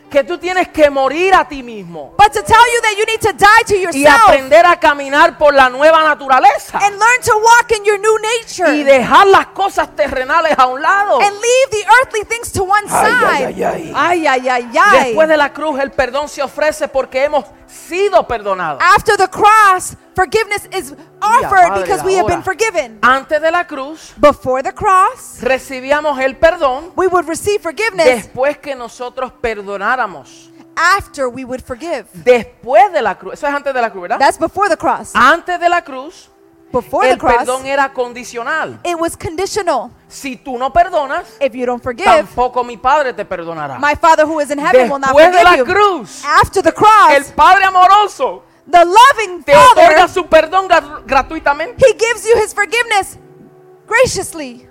S2: Que tú tienes que morir a ti mismo.
S1: But to tell you that you need to die to
S2: Y
S1: yourself
S2: aprender a caminar por la nueva naturaleza.
S1: and learn to walk in your new
S2: Y
S1: nature
S2: dejar las cosas terrenales a un lado.
S1: and leave the earthly things to one
S2: Ay,
S1: side.
S2: ay, ay, ay.
S1: Ay, ay, ay, ay.
S2: Después de la cruz el perdón se ofrece porque hemos sido perdonados.
S1: After the cross, forgiveness is
S2: Padre,
S1: offered because we have
S2: ahora.
S1: been forgiven.
S2: Antes de la cruz
S1: Before the cross,
S2: recibíamos el perdón
S1: we would receive forgiveness.
S2: después que nosotros perdonáramos.
S1: After we would forgive.
S2: Después de la cruz, eso es antes de la cruz, ¿verdad?
S1: That's before the cross.
S2: Antes de la cruz
S1: Before the
S2: el perdón
S1: cross,
S2: era condicional.
S1: it was conditional.
S2: Si tú no perdonas,
S1: If you don't forgive,
S2: tampoco mi Padre te perdonará.
S1: my Father who is in heaven will not
S2: Después de la
S1: forgive you.
S2: cruz,
S1: After the
S2: el
S1: cross,
S2: Padre amoroso
S1: the loving
S2: te otorga
S1: Father,
S2: su perdón grat- gratuitamente.
S1: He gives you His forgiveness graciously.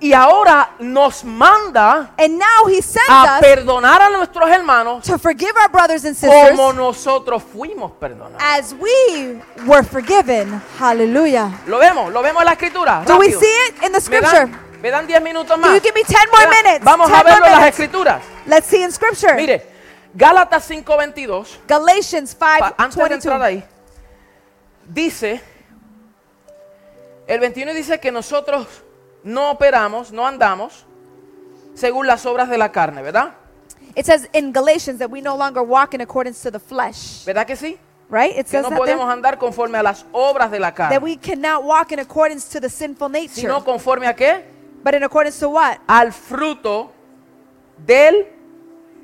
S2: Y ahora nos manda
S1: And now He sends
S2: a
S1: us
S2: perdonar a nuestros hermanos
S1: to forgive our brothers and sisters
S2: como nosotros fuimos perdonados.
S1: as we were forgiven. Hallelujah.
S2: Lo vemos, lo vemos en la escritura.
S1: Do we
S2: rápido.
S1: see it in the
S2: ¿Me
S1: scripture?
S2: dan, me dan 10 minutos
S1: Do
S2: más.
S1: you give me 10 more
S2: Mira,
S1: minutes?
S2: Vamos
S1: 10
S2: a
S1: more
S2: verlo en las
S1: minutes.
S2: escrituras.
S1: Let's see in scripture.
S2: Mire, Gálatas 5:22,
S1: Galatians
S2: pa- antes de
S1: 5:22.
S2: entrar ahí, dice, el 21 dice que nosotros no operamos, no andamos según las obras de la carne, ¿verdad?
S1: It says in Galatians that we no longer walk in accordance to the flesh,
S2: ¿Verdad que sí?
S1: right? It
S2: Que
S1: says
S2: no
S1: that, there,
S2: podemos andar conforme a las obras de la
S1: that
S2: carne,
S1: we cannot walk in accordance to the sinful nature,
S2: sino conforme a qué?
S1: but in accordance to what?
S2: al fruto del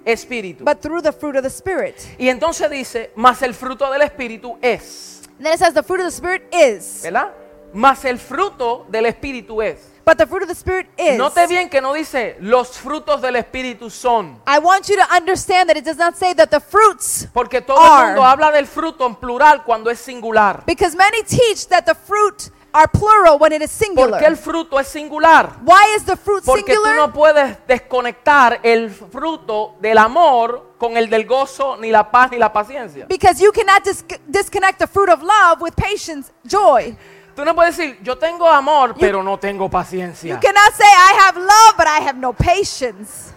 S2: Espíritu.
S1: But through the fruit of the Spirit.
S2: y entonces dice, más el fruto del Espíritu es,
S1: And then it says the fruit of the Spirit is.
S2: ¿verdad? Más el fruto del Espíritu es.
S1: But the fruit of the Spirit is.
S2: Note bien que no dice, los frutos del Espíritu son.
S1: I want you to understand that it does not say that the fruits,
S2: Porque todo el
S1: Are.
S2: mundo habla del fruto en plural cuando es singular.
S1: because many teach that the fruit are plural when it is singular.
S2: ¿Por qué el fruto es singular?
S1: Why is the fruit
S2: Porque tú
S1: singular?
S2: no puedes desconectar el fruto del amor con el del gozo, ni la paz, ni la paciencia.
S1: Because you cannot dis- disconnect the fruit of love with patience, joy.
S2: Tú no puedes decir, yo tengo amor, pero no tengo paciencia.
S1: You cannot say, I have love, but I have no patience.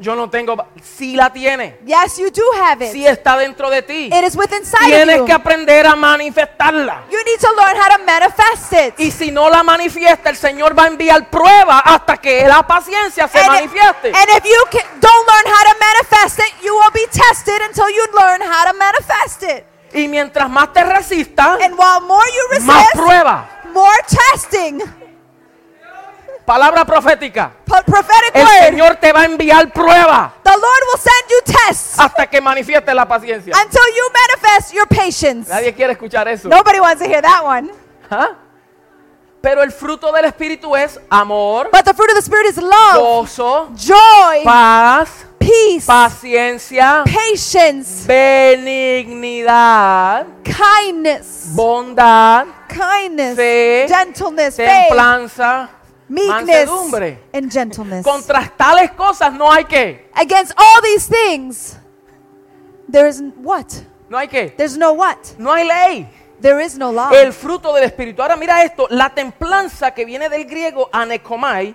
S2: Yo no tengo. Si la tiene,
S1: Yes, you do have it.
S2: si está dentro de ti,
S1: it is within inside
S2: tienes
S1: of
S2: que
S1: you.
S2: aprender a manifestarla.
S1: You need to learn how to manifest it.
S2: Y si no la manifiesta, el Señor va a enviar pruebas hasta que la paciencia se
S1: and,
S2: manifieste.
S1: if, and if you ca- don't learn how to manifest it, you will be tested until you learn how to manifest it.
S2: y mientras más te resistas,
S1: And while more you
S2: más
S1: resist,
S2: pruebas.
S1: more testing.
S2: Palabra profética.
S1: P- prophetic
S2: El
S1: word.
S2: Señor te va a enviar pruebas
S1: The Lord will send you tests
S2: hasta que manifieste la paciencia.
S1: until you manifest your patience.
S2: Nadie quiere escuchar eso.
S1: Nobody wants to hear that one.
S2: ¿Ah? Pero el fruto del Espíritu es amor,
S1: But the fruit of the Spirit is love,
S2: gozo,
S1: joy,
S2: paz,
S1: peace,
S2: paciencia,
S1: patience,
S2: benignidad,
S1: kindness,
S2: bondad,
S1: kindness,
S2: fe,
S1: gentleness, faith,
S2: templanza,
S1: meekness,
S2: mansedumbre.
S1: and gentleness.
S2: Contra tales cosas no hay que,
S1: Against all these things, there is n- what?
S2: no hay que,
S1: There's no what?
S2: no hay ley.
S1: There is no law.
S2: El fruto del Espíritu. Ahora mira esto, la templanza que viene del griego anekomai,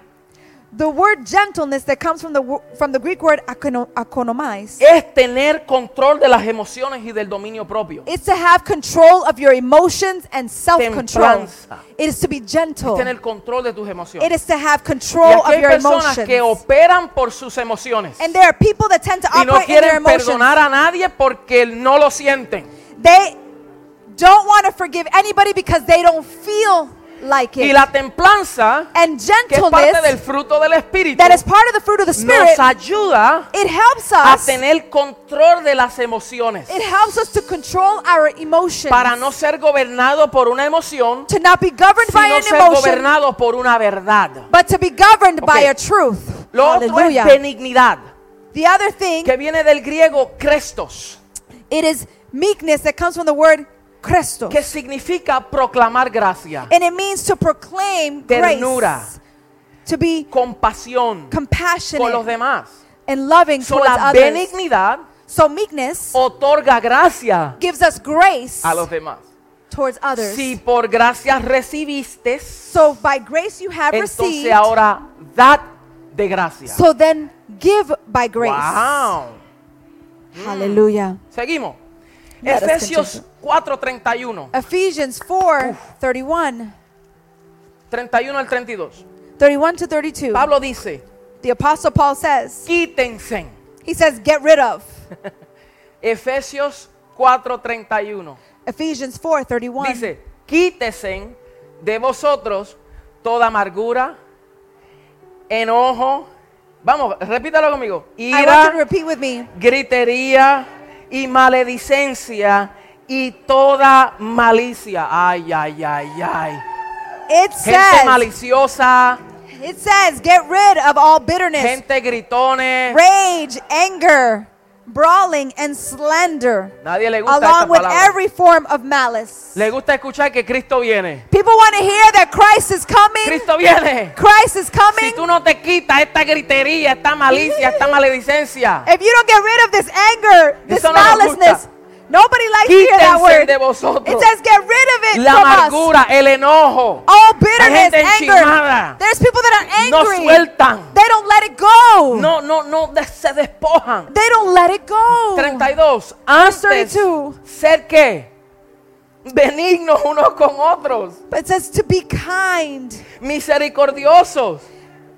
S1: The word gentleness that comes from the wo- from the Greek word akono- akonomais.
S2: es tener control de las emociones y del dominio propio.
S1: It's to have control of your emotions and self-control.
S2: Templanza.
S1: It is to be gentle.
S2: Tener control de tus
S1: It
S2: emociones.
S1: is to have
S2: Y
S1: control
S2: aquí
S1: of
S2: hay
S1: your
S2: personas que
S1: emotions.
S2: operan por sus emociones.
S1: And there are people that tend to
S2: y no
S1: operate in their
S2: quieren
S1: emotions.
S2: perdonar a nadie porque no lo sienten.
S1: They don't want to forgive anybody because they don't feel like
S2: Y
S1: it.
S2: la templanza,
S1: And
S2: que es parte del
S1: gentleness,
S2: fruto del Espíritu,
S1: that is part of the fruit of the Spirit,
S2: nos ayuda
S1: it helps
S2: a
S1: us. It
S2: tener control de las emociones
S1: helps us to control our emotions.
S2: para no ser gobernado por una emoción,
S1: to not be governed by
S2: sino
S1: an
S2: ser
S1: emotion,
S2: gobernado por una verdad.
S1: but to be governed by
S2: Okay.
S1: a truth.
S2: Lo otro
S1: Hallelujah.
S2: es benignidad,
S1: the other thing,
S2: que viene del griego crestos,
S1: it is meekness that comes from the word Crestos.
S2: que significa proclamar gracia,
S1: And it means to proclaim
S2: Ternura.
S1: grace. To be
S2: compasión con los
S1: compassionate
S2: demás.
S1: and loving
S2: So,
S1: towards
S2: la
S1: others.
S2: benignidad
S1: So meekness
S2: otorga gracia
S1: gives us grace
S2: a los demás.
S1: towards others.
S2: Si por gracia recibiste,
S1: So by grace you have received.
S2: entonces ahora dad de gracia.
S1: So then give by grace.
S2: Wow.
S1: Hallelujah.
S2: Seguimos.
S1: Let us
S2: Efesios 4:31.
S1: Ephesians 4 31,
S2: 31 al 32.
S1: 31 to 32.
S2: Pablo dice,
S1: The Apostle Paul says,
S2: quítense.
S1: he says, get rid of.
S2: Efesios 4:31.
S1: Ephesians 4 31.
S2: Dice, quítesen de vosotros toda amargura, enojo. Vamos, repítalo conmigo.
S1: I want you
S2: Ira,
S1: to repeat with me.
S2: gritería y maledicencia y toda malicia. Ay, ay, ay, ay.
S1: It
S2: Gente
S1: says,
S2: maliciosa,
S1: it says, get rid of all bitterness,
S2: gente gritones.
S1: rage, anger, brawling, and slander,
S2: Nadie le gusta esta
S1: along with
S2: palabra.
S1: every form of malice.
S2: Le gusta escuchar que Cristo viene.
S1: People want to hear that Christ is coming.
S2: Cristo viene.
S1: Christ is
S2: Si
S1: coming.
S2: tú no te quitas esta gritería, esta malicia, esta maledicencia,
S1: If you don't get rid of this anger, this
S2: Eso no nos
S1: maliciousness,
S2: gusta.
S1: nobody likes to hear that
S2: quítense
S1: word.
S2: de
S1: It
S2: vosotros
S1: says get rid of it
S2: la
S1: from us.
S2: amargura, el enojo.
S1: All
S2: Hay
S1: bitterness,
S2: gente
S1: anger.
S2: enchimada.
S1: There's people that are
S2: No
S1: angry.
S2: sueltan.
S1: They don't let it go.
S2: No, no, no, de- se despojan.
S1: They don't let it go.
S2: 32. Antes,
S1: 32.
S2: ser que benignos unos con otros,
S1: But it says to be kind.
S2: misericordiosos.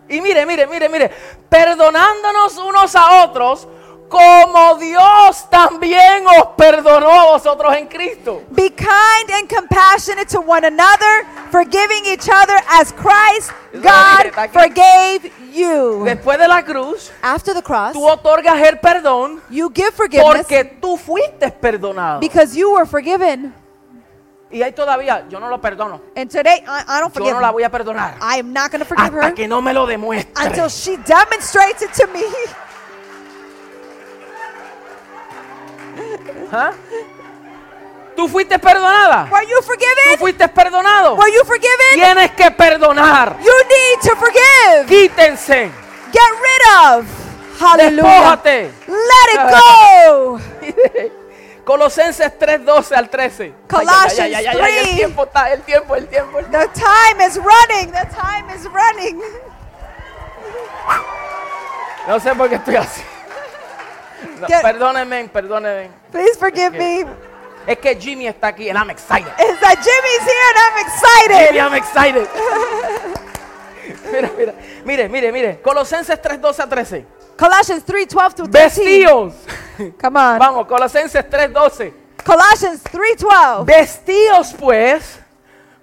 S2: Y mire, mire, mire, mire, perdonándonos unos a otros, como Dios también os perdonó a vosotros en Cristo.
S1: Be kind and compassionate to one another, forgiving each other as Christ
S2: Eso
S1: God
S2: dije, está aquí.
S1: forgave you.
S2: Después de la cruz,
S1: After the cross,
S2: tú otorgas el perdón
S1: you give forgiveness
S2: porque tú fuiste perdonado.
S1: because you were forgiven.
S2: Y hay todavía, yo no lo perdono.
S1: And today, I, I don't
S2: Yo
S1: forgive
S2: no la
S1: her.
S2: voy a perdonar.
S1: I am not going to forgive
S2: Hasta
S1: her
S2: que no me lo demuestre.
S1: until she demonstrates it to me.
S2: ¿Ah? Tú fuiste perdonada.
S1: Were you
S2: Tú
S1: forgiven?
S2: fuiste perdonado.
S1: Were you forgiven?
S2: Tienes que perdonar.
S1: You need to forgive.
S2: Quítense.
S1: Get rid of. Hallelujah.
S2: Despójate.
S1: Let it go.
S2: Colosenses 3:12 al 13. Ay, ay, ay, ay, ay, ay,
S1: Colossians
S2: el tiempo está, el tiempo, el tiempo. el tiempo.
S1: The time is running. The time is running.
S2: No sé por qué estoy así. No,
S1: Get-
S2: perdónenme, perdónenme.
S1: Please forgive me.
S2: Es que Jimmy está aquí and I'm excited.
S1: It's that Jimmy's here and I'm
S2: Jimmy,
S1: excited.
S2: I'm excited. mira, mira. Mire, mire, mire. Colosenses 3:12 a 13.
S1: Colossians 3 12 to 13.
S2: Vestíos.
S1: Come on.
S2: Vamos, Colosenses 3:12.
S1: Colossians 3 12.
S2: Vestíos pues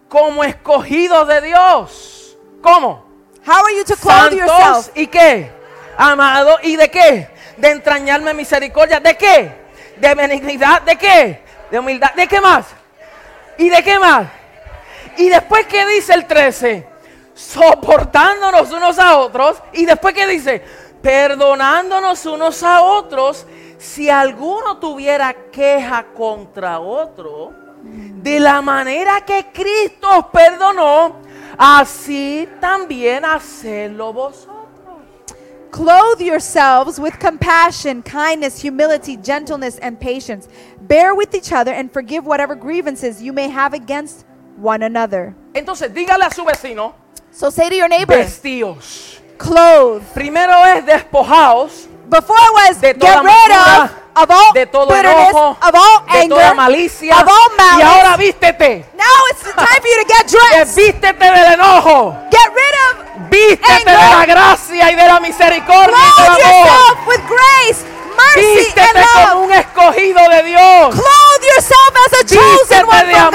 S2: como escogidos de Dios. ¿Cómo?
S1: How are you to clothe
S2: Santos
S1: yourself?
S2: y qué? Amado y de qué? De entrañarme misericordia. ¿De qué? De benignidad. ¿De qué? De humildad. ¿De qué más? ¿Y de qué más? Y después qué dice el 13? Soportándonos unos a otros. ¿Y después qué dice? Perdonándonos unos a otros. Si alguno tuviera queja contra otro, de la manera que Cristo os perdonó, así también hacedlo vosotros.
S1: Clothe yourselves with compassion, kindness, humility, gentleness, and patience. Bear with each other and forgive whatever grievances you may have against one another.
S2: Entonces, dígale a su vecino,
S1: So say to your neighbor,
S2: vestíos.
S1: clothe.
S2: Primero es despojaos
S1: Before it was
S2: de
S1: get
S2: toda
S1: rid of,
S2: amargura,
S1: of all
S2: de todo
S1: bitterness,
S2: enojo,
S1: of all
S2: de toda
S1: anger,
S2: malicia.
S1: of all
S2: Y ahora
S1: malice.
S2: vístete.
S1: Now it's the time for you to get dressed.
S2: Vístete del enojo.
S1: Get rid of,
S2: Vístete de la
S1: Anger.
S2: gracia y de la misericordia y
S1: clothe
S2: del amor.
S1: yourself with grace, mercy, and
S2: Vístete
S1: love.
S2: como un escogido de Dios.
S1: Clothe yourself as a chosen one
S2: Vístete de
S1: from God.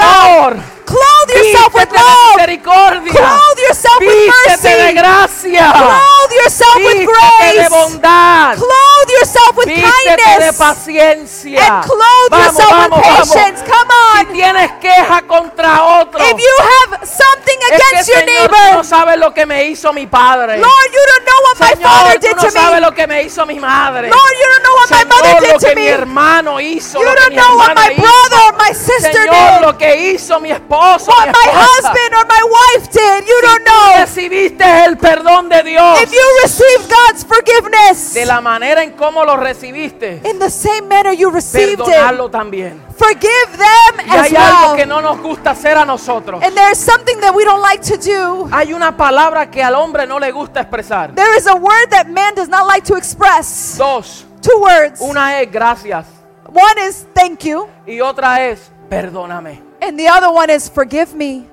S2: amor.
S1: Clothe yourself
S2: Vístete
S1: with
S2: de
S1: love.
S2: misericordia.
S1: Clothe yourself with
S2: Vístete de
S1: mercy.
S2: gracia.
S1: Clothe yourself with
S2: Vístete de
S1: grace.
S2: bondad.
S1: Clothe yourself with
S2: Vístete de
S1: kindness.
S2: paciencia.
S1: And clothe
S2: Vamos,
S1: yourself with
S2: vamos, vamos.
S1: patience. Come on.
S2: Si tienes queja contra otro,
S1: If you have something
S2: es que
S1: against your
S2: Señor, tú no
S1: neighbor,
S2: sabes lo que me hizo mi padre.
S1: Lord, you don't know what my
S2: Señor,
S1: father
S2: tú
S1: did
S2: no
S1: to
S2: sabes
S1: me.
S2: lo que me hizo mi madre.
S1: Lord, you don't know what my
S2: Señor,
S1: mother
S2: lo
S1: did
S2: que
S1: to
S2: mi
S1: me. You
S2: hermano hizo. lo que
S1: don't
S2: mi
S1: know what
S2: hermana
S1: my
S2: hizo.
S1: brother or my sister
S2: Señor,
S1: did.
S2: lo que hizo mi esposo.
S1: What
S2: mi
S1: my
S2: esposa.
S1: husband or my wife did. You don't know.
S2: Recibiste el perdón de Dios
S1: If you receive God's forgiveness
S2: de la manera en cómo lo recibiste.
S1: in the same manner you received it,
S2: Perdonarlo también.
S1: forgive them
S2: Y
S1: as
S2: hay algo que
S1: well.
S2: no nos gusta hacer a nosotros.
S1: And there's something that we don't like to do.
S2: Hay una palabra que al hombre no le gusta expresar.
S1: There is a word that man does not like to express.
S2: Dos.
S1: Two words.
S2: Una es gracias
S1: One is thank you,
S2: y otra es perdóname.
S1: and the other one is forgive me.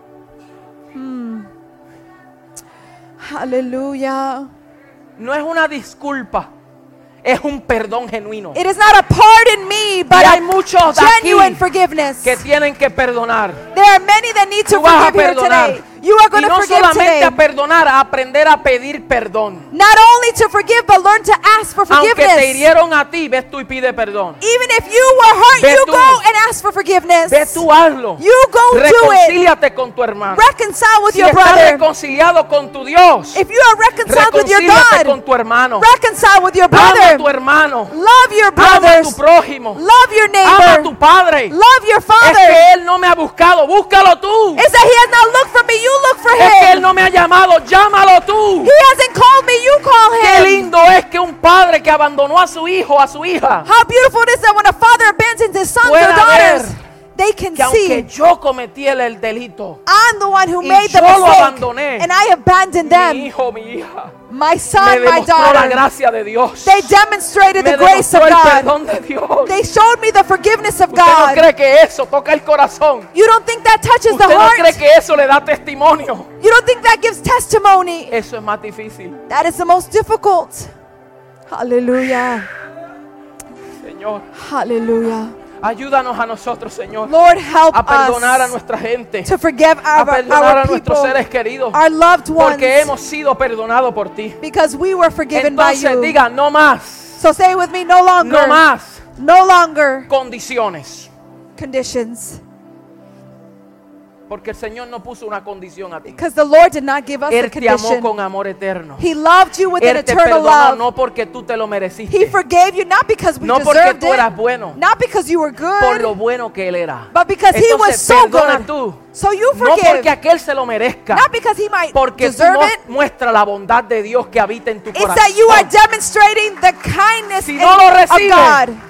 S1: Hmm. Hallelujah.
S2: No es una disculpa, es un perdón genuino.
S1: It is not a pardon me, but
S2: Y hay
S1: a
S2: muchos de
S1: genuine
S2: aquí
S1: forgiveness.
S2: que tienen que perdonar.
S1: There are many that need to
S2: Tú vas a
S1: forgive here
S2: perdonar.
S1: today. You are
S2: Y
S1: going to
S2: no
S1: forgive
S2: solamente
S1: today.
S2: a perdonar, a aprender a pedir perdón.
S1: Not only to forgive, but learn to ask for
S2: Aunque
S1: forgiveness.
S2: te hirieron a ti, ves tú y pide perdón.
S1: Even if you were hurt,
S2: Ve
S1: you
S2: tú.
S1: go and ask for forgiveness.
S2: Ve tú hazlo.
S1: You go do it.
S2: Reconcíliate con tu hermano.
S1: Reconcile with
S2: Si
S1: your
S2: estás
S1: brother.
S2: reconciliado con tu Dios,
S1: If you are reconciled with your
S2: reconcíliate
S1: God,
S2: con tu hermano.
S1: reconcile with your
S2: Ama a tu
S1: brother.
S2: hermano.
S1: Love your
S2: Ama a tu
S1: brothers.
S2: prójimo.
S1: Love your
S2: Ama a
S1: neighbor.
S2: tu padre.
S1: Love your
S2: Es que
S1: father.
S2: él no me ha buscado, búscalo tú.
S1: Is that he has not looked for me, you look for
S2: Es que él
S1: him.
S2: no me ha llamado, llámalo tú.
S1: He hasn't called me, you call
S2: Qué
S1: him.
S2: lindo es que un padre que abandonó a su hijo, a su hija,
S1: How beautiful it is that when a father abandons his sons or
S2: Pueda ver
S1: daughters, they can
S2: que aunque
S1: see
S2: yo cometí el, el delito,
S1: I'm the one who
S2: Y
S1: made the
S2: yo lo
S1: mistake
S2: abandoné.
S1: and I abandoned
S2: mi
S1: them.
S2: hijo, mi hija,
S1: My
S2: me
S1: son, my
S2: demostró la
S1: daughter,
S2: gracia de Dios.
S1: they demonstrated
S2: Me
S1: the grace of
S2: demostró el
S1: God.
S2: perdón de Dios.
S1: They showed me the forgiveness of
S2: ¿Usted no
S1: God.
S2: cree que eso toca el corazón?
S1: You don't think that touches the
S2: ¿Usted no cree
S1: heart?
S2: que eso le da testimonio?
S1: You don't think that gives testimony?
S2: Eso es más difícil,
S1: That is the most difficult. Hallelujah.
S2: Señor.
S1: Hallelujah.
S2: Ayúdanos a nosotros, Señor,
S1: Lord, help
S2: a perdonar a
S1: us
S2: nuestra gente,
S1: to forgive
S2: a
S1: our,
S2: perdonar a
S1: our
S2: nuestros
S1: people,
S2: seres queridos,
S1: our loved ones,
S2: porque hemos sido perdonados por ti.
S1: because we were forgiven by
S2: Entonces
S1: you.
S2: diga, no más,
S1: So say it with me, no longer,
S2: no más
S1: no longer
S2: condiciones,
S1: conditions,
S2: porque el Señor no puso una condición a ti.
S1: because the Lord did not give us a
S2: Él te amó
S1: condition.
S2: con amor eterno.
S1: He loved you with an
S2: Él te
S1: eternal
S2: perdonó
S1: love.
S2: no porque tú te lo
S1: He
S2: mereciste,
S1: forgave you not because we
S2: no porque
S1: deserved
S2: tú eras
S1: it,
S2: bueno,
S1: not because you were
S2: por
S1: good,
S2: lo bueno que Él era.
S1: but because He was
S2: Entonces
S1: so
S2: perdona
S1: good.
S2: tú,
S1: So you
S2: no
S1: forgive,
S2: porque aquel se lo merezca.
S1: not because He might
S2: Porque tú
S1: deserve
S2: mu-
S1: it.
S2: muestra la bondad de Dios que habita en tu
S1: It's
S2: corazón.
S1: that you are demonstrating the kindness
S2: Si no lo
S1: and- of
S2: reciben.
S1: God.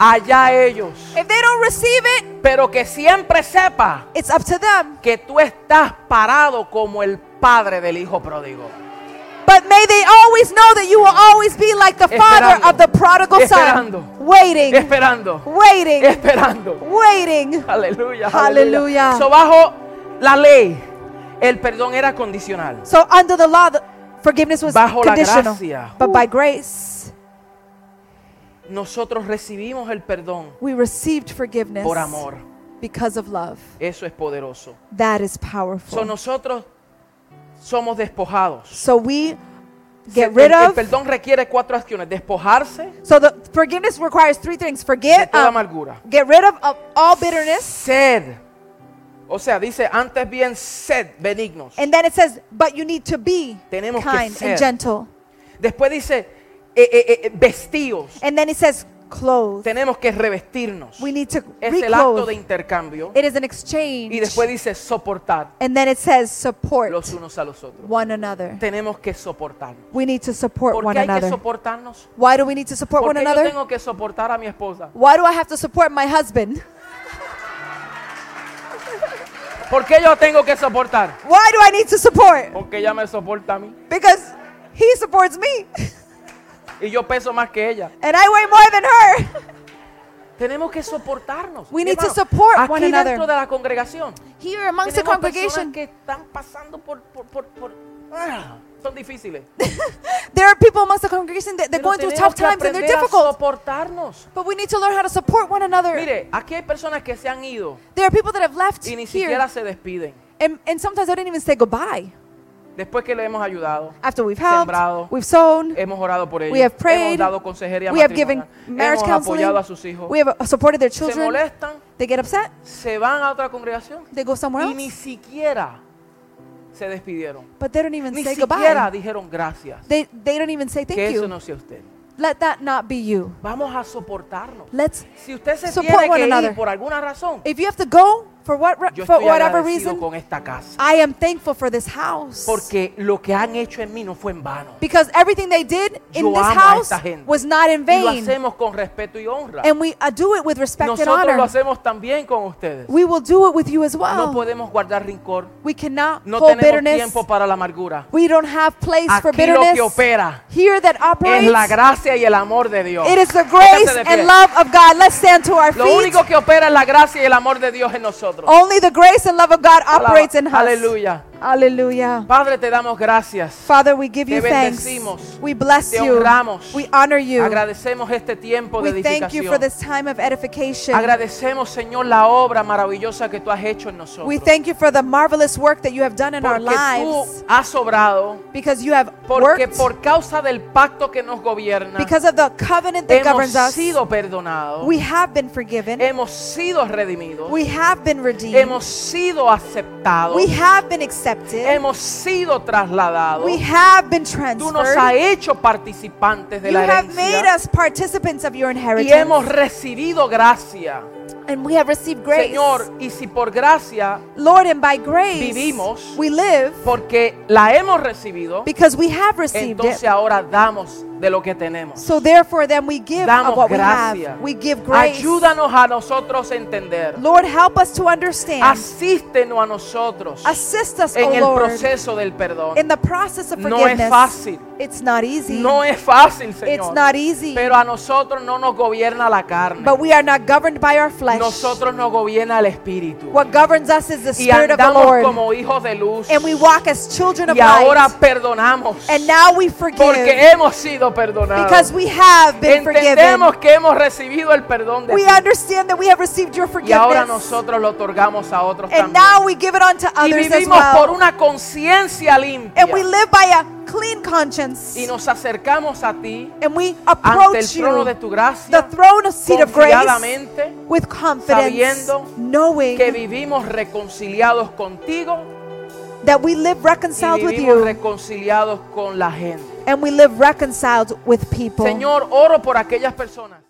S2: Allá ellos.
S1: If they don't receive it,
S2: Pero que siempre sepa
S1: it's up to them.
S2: que tú estás parado como el padre del hijo pródigo.
S1: But may they always know that you will always be like the father
S2: Esperando.
S1: of the prodigal
S2: Esperando.
S1: son, waiting,
S2: Esperando.
S1: waiting,
S2: Esperando.
S1: waiting.
S2: Aleluya.
S1: Aleluya.
S2: So bajo la ley, el perdón era condicional.
S1: So under the law, the forgiveness was
S2: Bajo la
S1: conditional.
S2: gracia.
S1: But by grace,
S2: Nosotros recibimos el perdón
S1: we received forgiveness
S2: por amor.
S1: because of love.
S2: Eso es poderoso.
S1: That is
S2: So
S1: powerful.
S2: nosotros somos despojados.
S1: So we
S2: Se-
S1: get rid
S2: el, el
S1: of.
S2: perdón requiere cuatro acciones: despojarse
S1: So the forgiveness requires three things:
S2: de
S1: forgive,
S2: toda
S1: um,
S2: amargura,
S1: get rid of, of all bitterness.
S2: sed. O sea, dice antes bien sed, benignos.
S1: And then it says, but you need to be
S2: Tenemos que
S1: kind
S2: ser.
S1: and gentle.
S2: Después dice eh, eh, eh, vestidos.
S1: And then it says, clothe.
S2: Tenemos que revestirnos.
S1: We need to
S2: Es el acto
S1: reclothe. Eh.
S2: de intercambio.
S1: It is an exchange.
S2: Y después dice soportar
S1: and then it says, support
S2: los unos a los otros.
S1: one another.
S2: Tenemos que soportarnos.
S1: We need to support
S2: ¿Por
S1: one
S2: qué hay que
S1: another.
S2: soportarnos?
S1: Why do we need to support one
S2: Porque yo
S1: another?
S2: tengo que soportar a mi esposa.
S1: Why do I have to support my husband?
S2: ¿Por qué yo tengo que soportar?
S1: Why do I need to support?
S2: Porque ella me soporta a mí.
S1: Because he supports me
S2: Y yo peso más que ella.
S1: and I weigh more than her.
S2: Tenemos que soportarnos.
S1: We need to support
S2: aquí
S1: one another.
S2: dentro de la congregación.
S1: Here amongst the
S2: tenemos personas
S1: congregation,
S2: que están pasando por, por, por, por- ah, son difíciles.
S1: there are people amongst the congregation that they're
S2: Pero
S1: going through
S2: tenemos
S1: tough
S2: que
S1: times and they're
S2: aprender a
S1: difficult.
S2: soportarnos.
S1: But we need to learn how to support one another.
S2: Mire, aquí hay personas que se han ido
S1: There are people that have left
S2: y ni
S1: here
S2: siquiera se despiden.
S1: And, and sometimes they didn't even say goodbye.
S2: Después que le hemos ayudado,
S1: After we've helped,
S2: Sembrado.
S1: we've sown,
S2: hemos orado por ellos,
S1: have prayed.
S2: hemos dado consejería
S1: we have given
S2: matrimonial,
S1: marriage
S2: hemos
S1: counseling,
S2: apoyado a sus hijos.
S1: we have uh, supported their
S2: Se
S1: children.
S2: molestan,
S1: They get upset,
S2: se van a otra congregación
S1: they go somewhere
S2: y ni
S1: else.
S2: siquiera se despidieron.
S1: But they don't even
S2: Ni
S1: say
S2: siquiera
S1: goodbye.
S2: dijeron gracias.
S1: They, they don't even say
S2: Que
S1: thank
S2: eso
S1: you.
S2: no sea usted.
S1: Let that not be you.
S2: Vamos a soportarnos.
S1: Let's.
S2: Si usted se
S1: Support
S2: tiene
S1: one
S2: que ir
S1: another.
S2: por alguna razón,
S1: If you have to go for what re-
S2: yo
S1: for
S2: estoy
S1: whatever
S2: agradecido
S1: reason,
S2: con esta casa.
S1: I am thankful for this house.
S2: Porque lo que han hecho en mí no fue en vano.
S1: Because everything they did
S2: Yo
S1: in this
S2: amo a
S1: house
S2: esta gente.
S1: was not in
S2: Y lo
S1: vain.
S2: hacemos con respeto y honra.
S1: And we uh, do it with respect and
S2: Nosotros lo
S1: honor.
S2: hacemos también con ustedes.
S1: We Oh. will do it with you as
S2: No
S1: well.
S2: podemos guardar rincor.
S1: We cannot
S2: No
S1: hold
S2: tenemos
S1: bitterness.
S2: tiempo para la amargura.
S1: We don't have place for
S2: Aquí lo
S1: bitterness.
S2: que opera
S1: Here that
S2: es la
S1: operates,
S2: gracia y el amor de Dios.
S1: it is the grace
S2: Póngase de pie.
S1: and love of God. Let's stand to our
S2: Lo
S1: feet.
S2: único que opera es la gracia y el amor de Dios en nosotros.
S1: Only the grace and love of God
S2: Alaba-
S1: operates in us.
S2: Aleluya.
S1: Hallelujah.
S2: Padre, te damos gracias.
S1: Father, we give you
S2: Te
S1: thanks.
S2: bendecimos.
S1: We bless
S2: Te
S1: you.
S2: honramos.
S1: We honor you.
S2: Agradecemos este tiempo de
S1: We thank you for
S2: edificación.
S1: this time of edification.
S2: Agradecemos, Señor, la obra maravillosa que tú has hecho en nosotros.
S1: We thank you for the marvelous work that you have done in our
S2: Porque
S1: lives
S2: tú has obrado.
S1: because you have
S2: Porque
S1: worked
S2: por causa del pacto que nos gobierna,
S1: because of the covenant that governs
S2: hemos
S1: us.
S2: sido perdonados,
S1: We have been forgiven.
S2: hemos sido redimidos,
S1: We have been redeemed.
S2: hemos sido aceptados,
S1: We have been accepted.
S2: hemos sido trasladados.
S1: We have been
S2: Tú nos has
S1: transferred.
S2: hecho participantes de
S1: You
S2: la
S1: have made
S2: herencia
S1: us participants of your
S2: y hemos
S1: inheritance.
S2: recibido gracia.
S1: And we have received grace.
S2: Señor, y si por gracia,
S1: Lord, and by grace
S2: Vivimos.
S1: we live
S2: porque la hemos recibido,
S1: because we have received
S2: entonces
S1: it.
S2: ahora damos de lo que tenemos.
S1: So therefore then we give of
S2: Damos
S1: what we
S2: gracia.
S1: have. We give grace.
S2: Ayúdanos a nosotros a entender.
S1: Lord, help us to understand.
S2: Asístenos a nosotros
S1: Assist us,
S2: en
S1: O
S2: el
S1: Lord,
S2: proceso del perdón.
S1: in the process of
S2: No es
S1: forgiveness.
S2: fácil.
S1: It's not easy.
S2: No es fácil,
S1: it's
S2: Señor.
S1: not easy.
S2: Pero a nosotros no nos gobierna la carne.
S1: but we are not governed by our flesh.
S2: Nosotros nos gobierna el espíritu.
S1: what governs us is the
S2: Y
S1: Spirit of the
S2: andamos
S1: Lord.
S2: como hijos de luz.
S1: and we walk as children of
S2: Y ahora
S1: light.
S2: perdonamos.
S1: And now we forgive
S2: Porque hemos sido
S1: because
S2: perdonados.
S1: we have been forgiven.
S2: Entendemos que hemos recibido el perdón de
S1: We
S2: Dios.
S1: understand that we have received your
S2: Y ahora
S1: forgiveness.
S2: nosotros lo otorgamos a otros
S1: And
S2: también.
S1: now we give it on to
S2: Y
S1: others as
S2: vivimos por
S1: well.
S2: una conciencia limpia.
S1: And we live by a clean conscience.
S2: Y nos acercamos a ti
S1: and we
S2: ante el
S1: approach
S2: trono de
S1: you,
S2: tu
S1: the
S2: gracia
S1: throne of seat of grace,
S2: confiadamente
S1: with confidence,
S2: sabiendo que
S1: knowing
S2: vivimos reconciliados contigo
S1: that we live reconciled
S2: y
S1: with
S2: vivimos
S1: you
S2: reconciliados con la gente.
S1: and we live reconciled with people.
S2: Señor, oro por aquellas personas.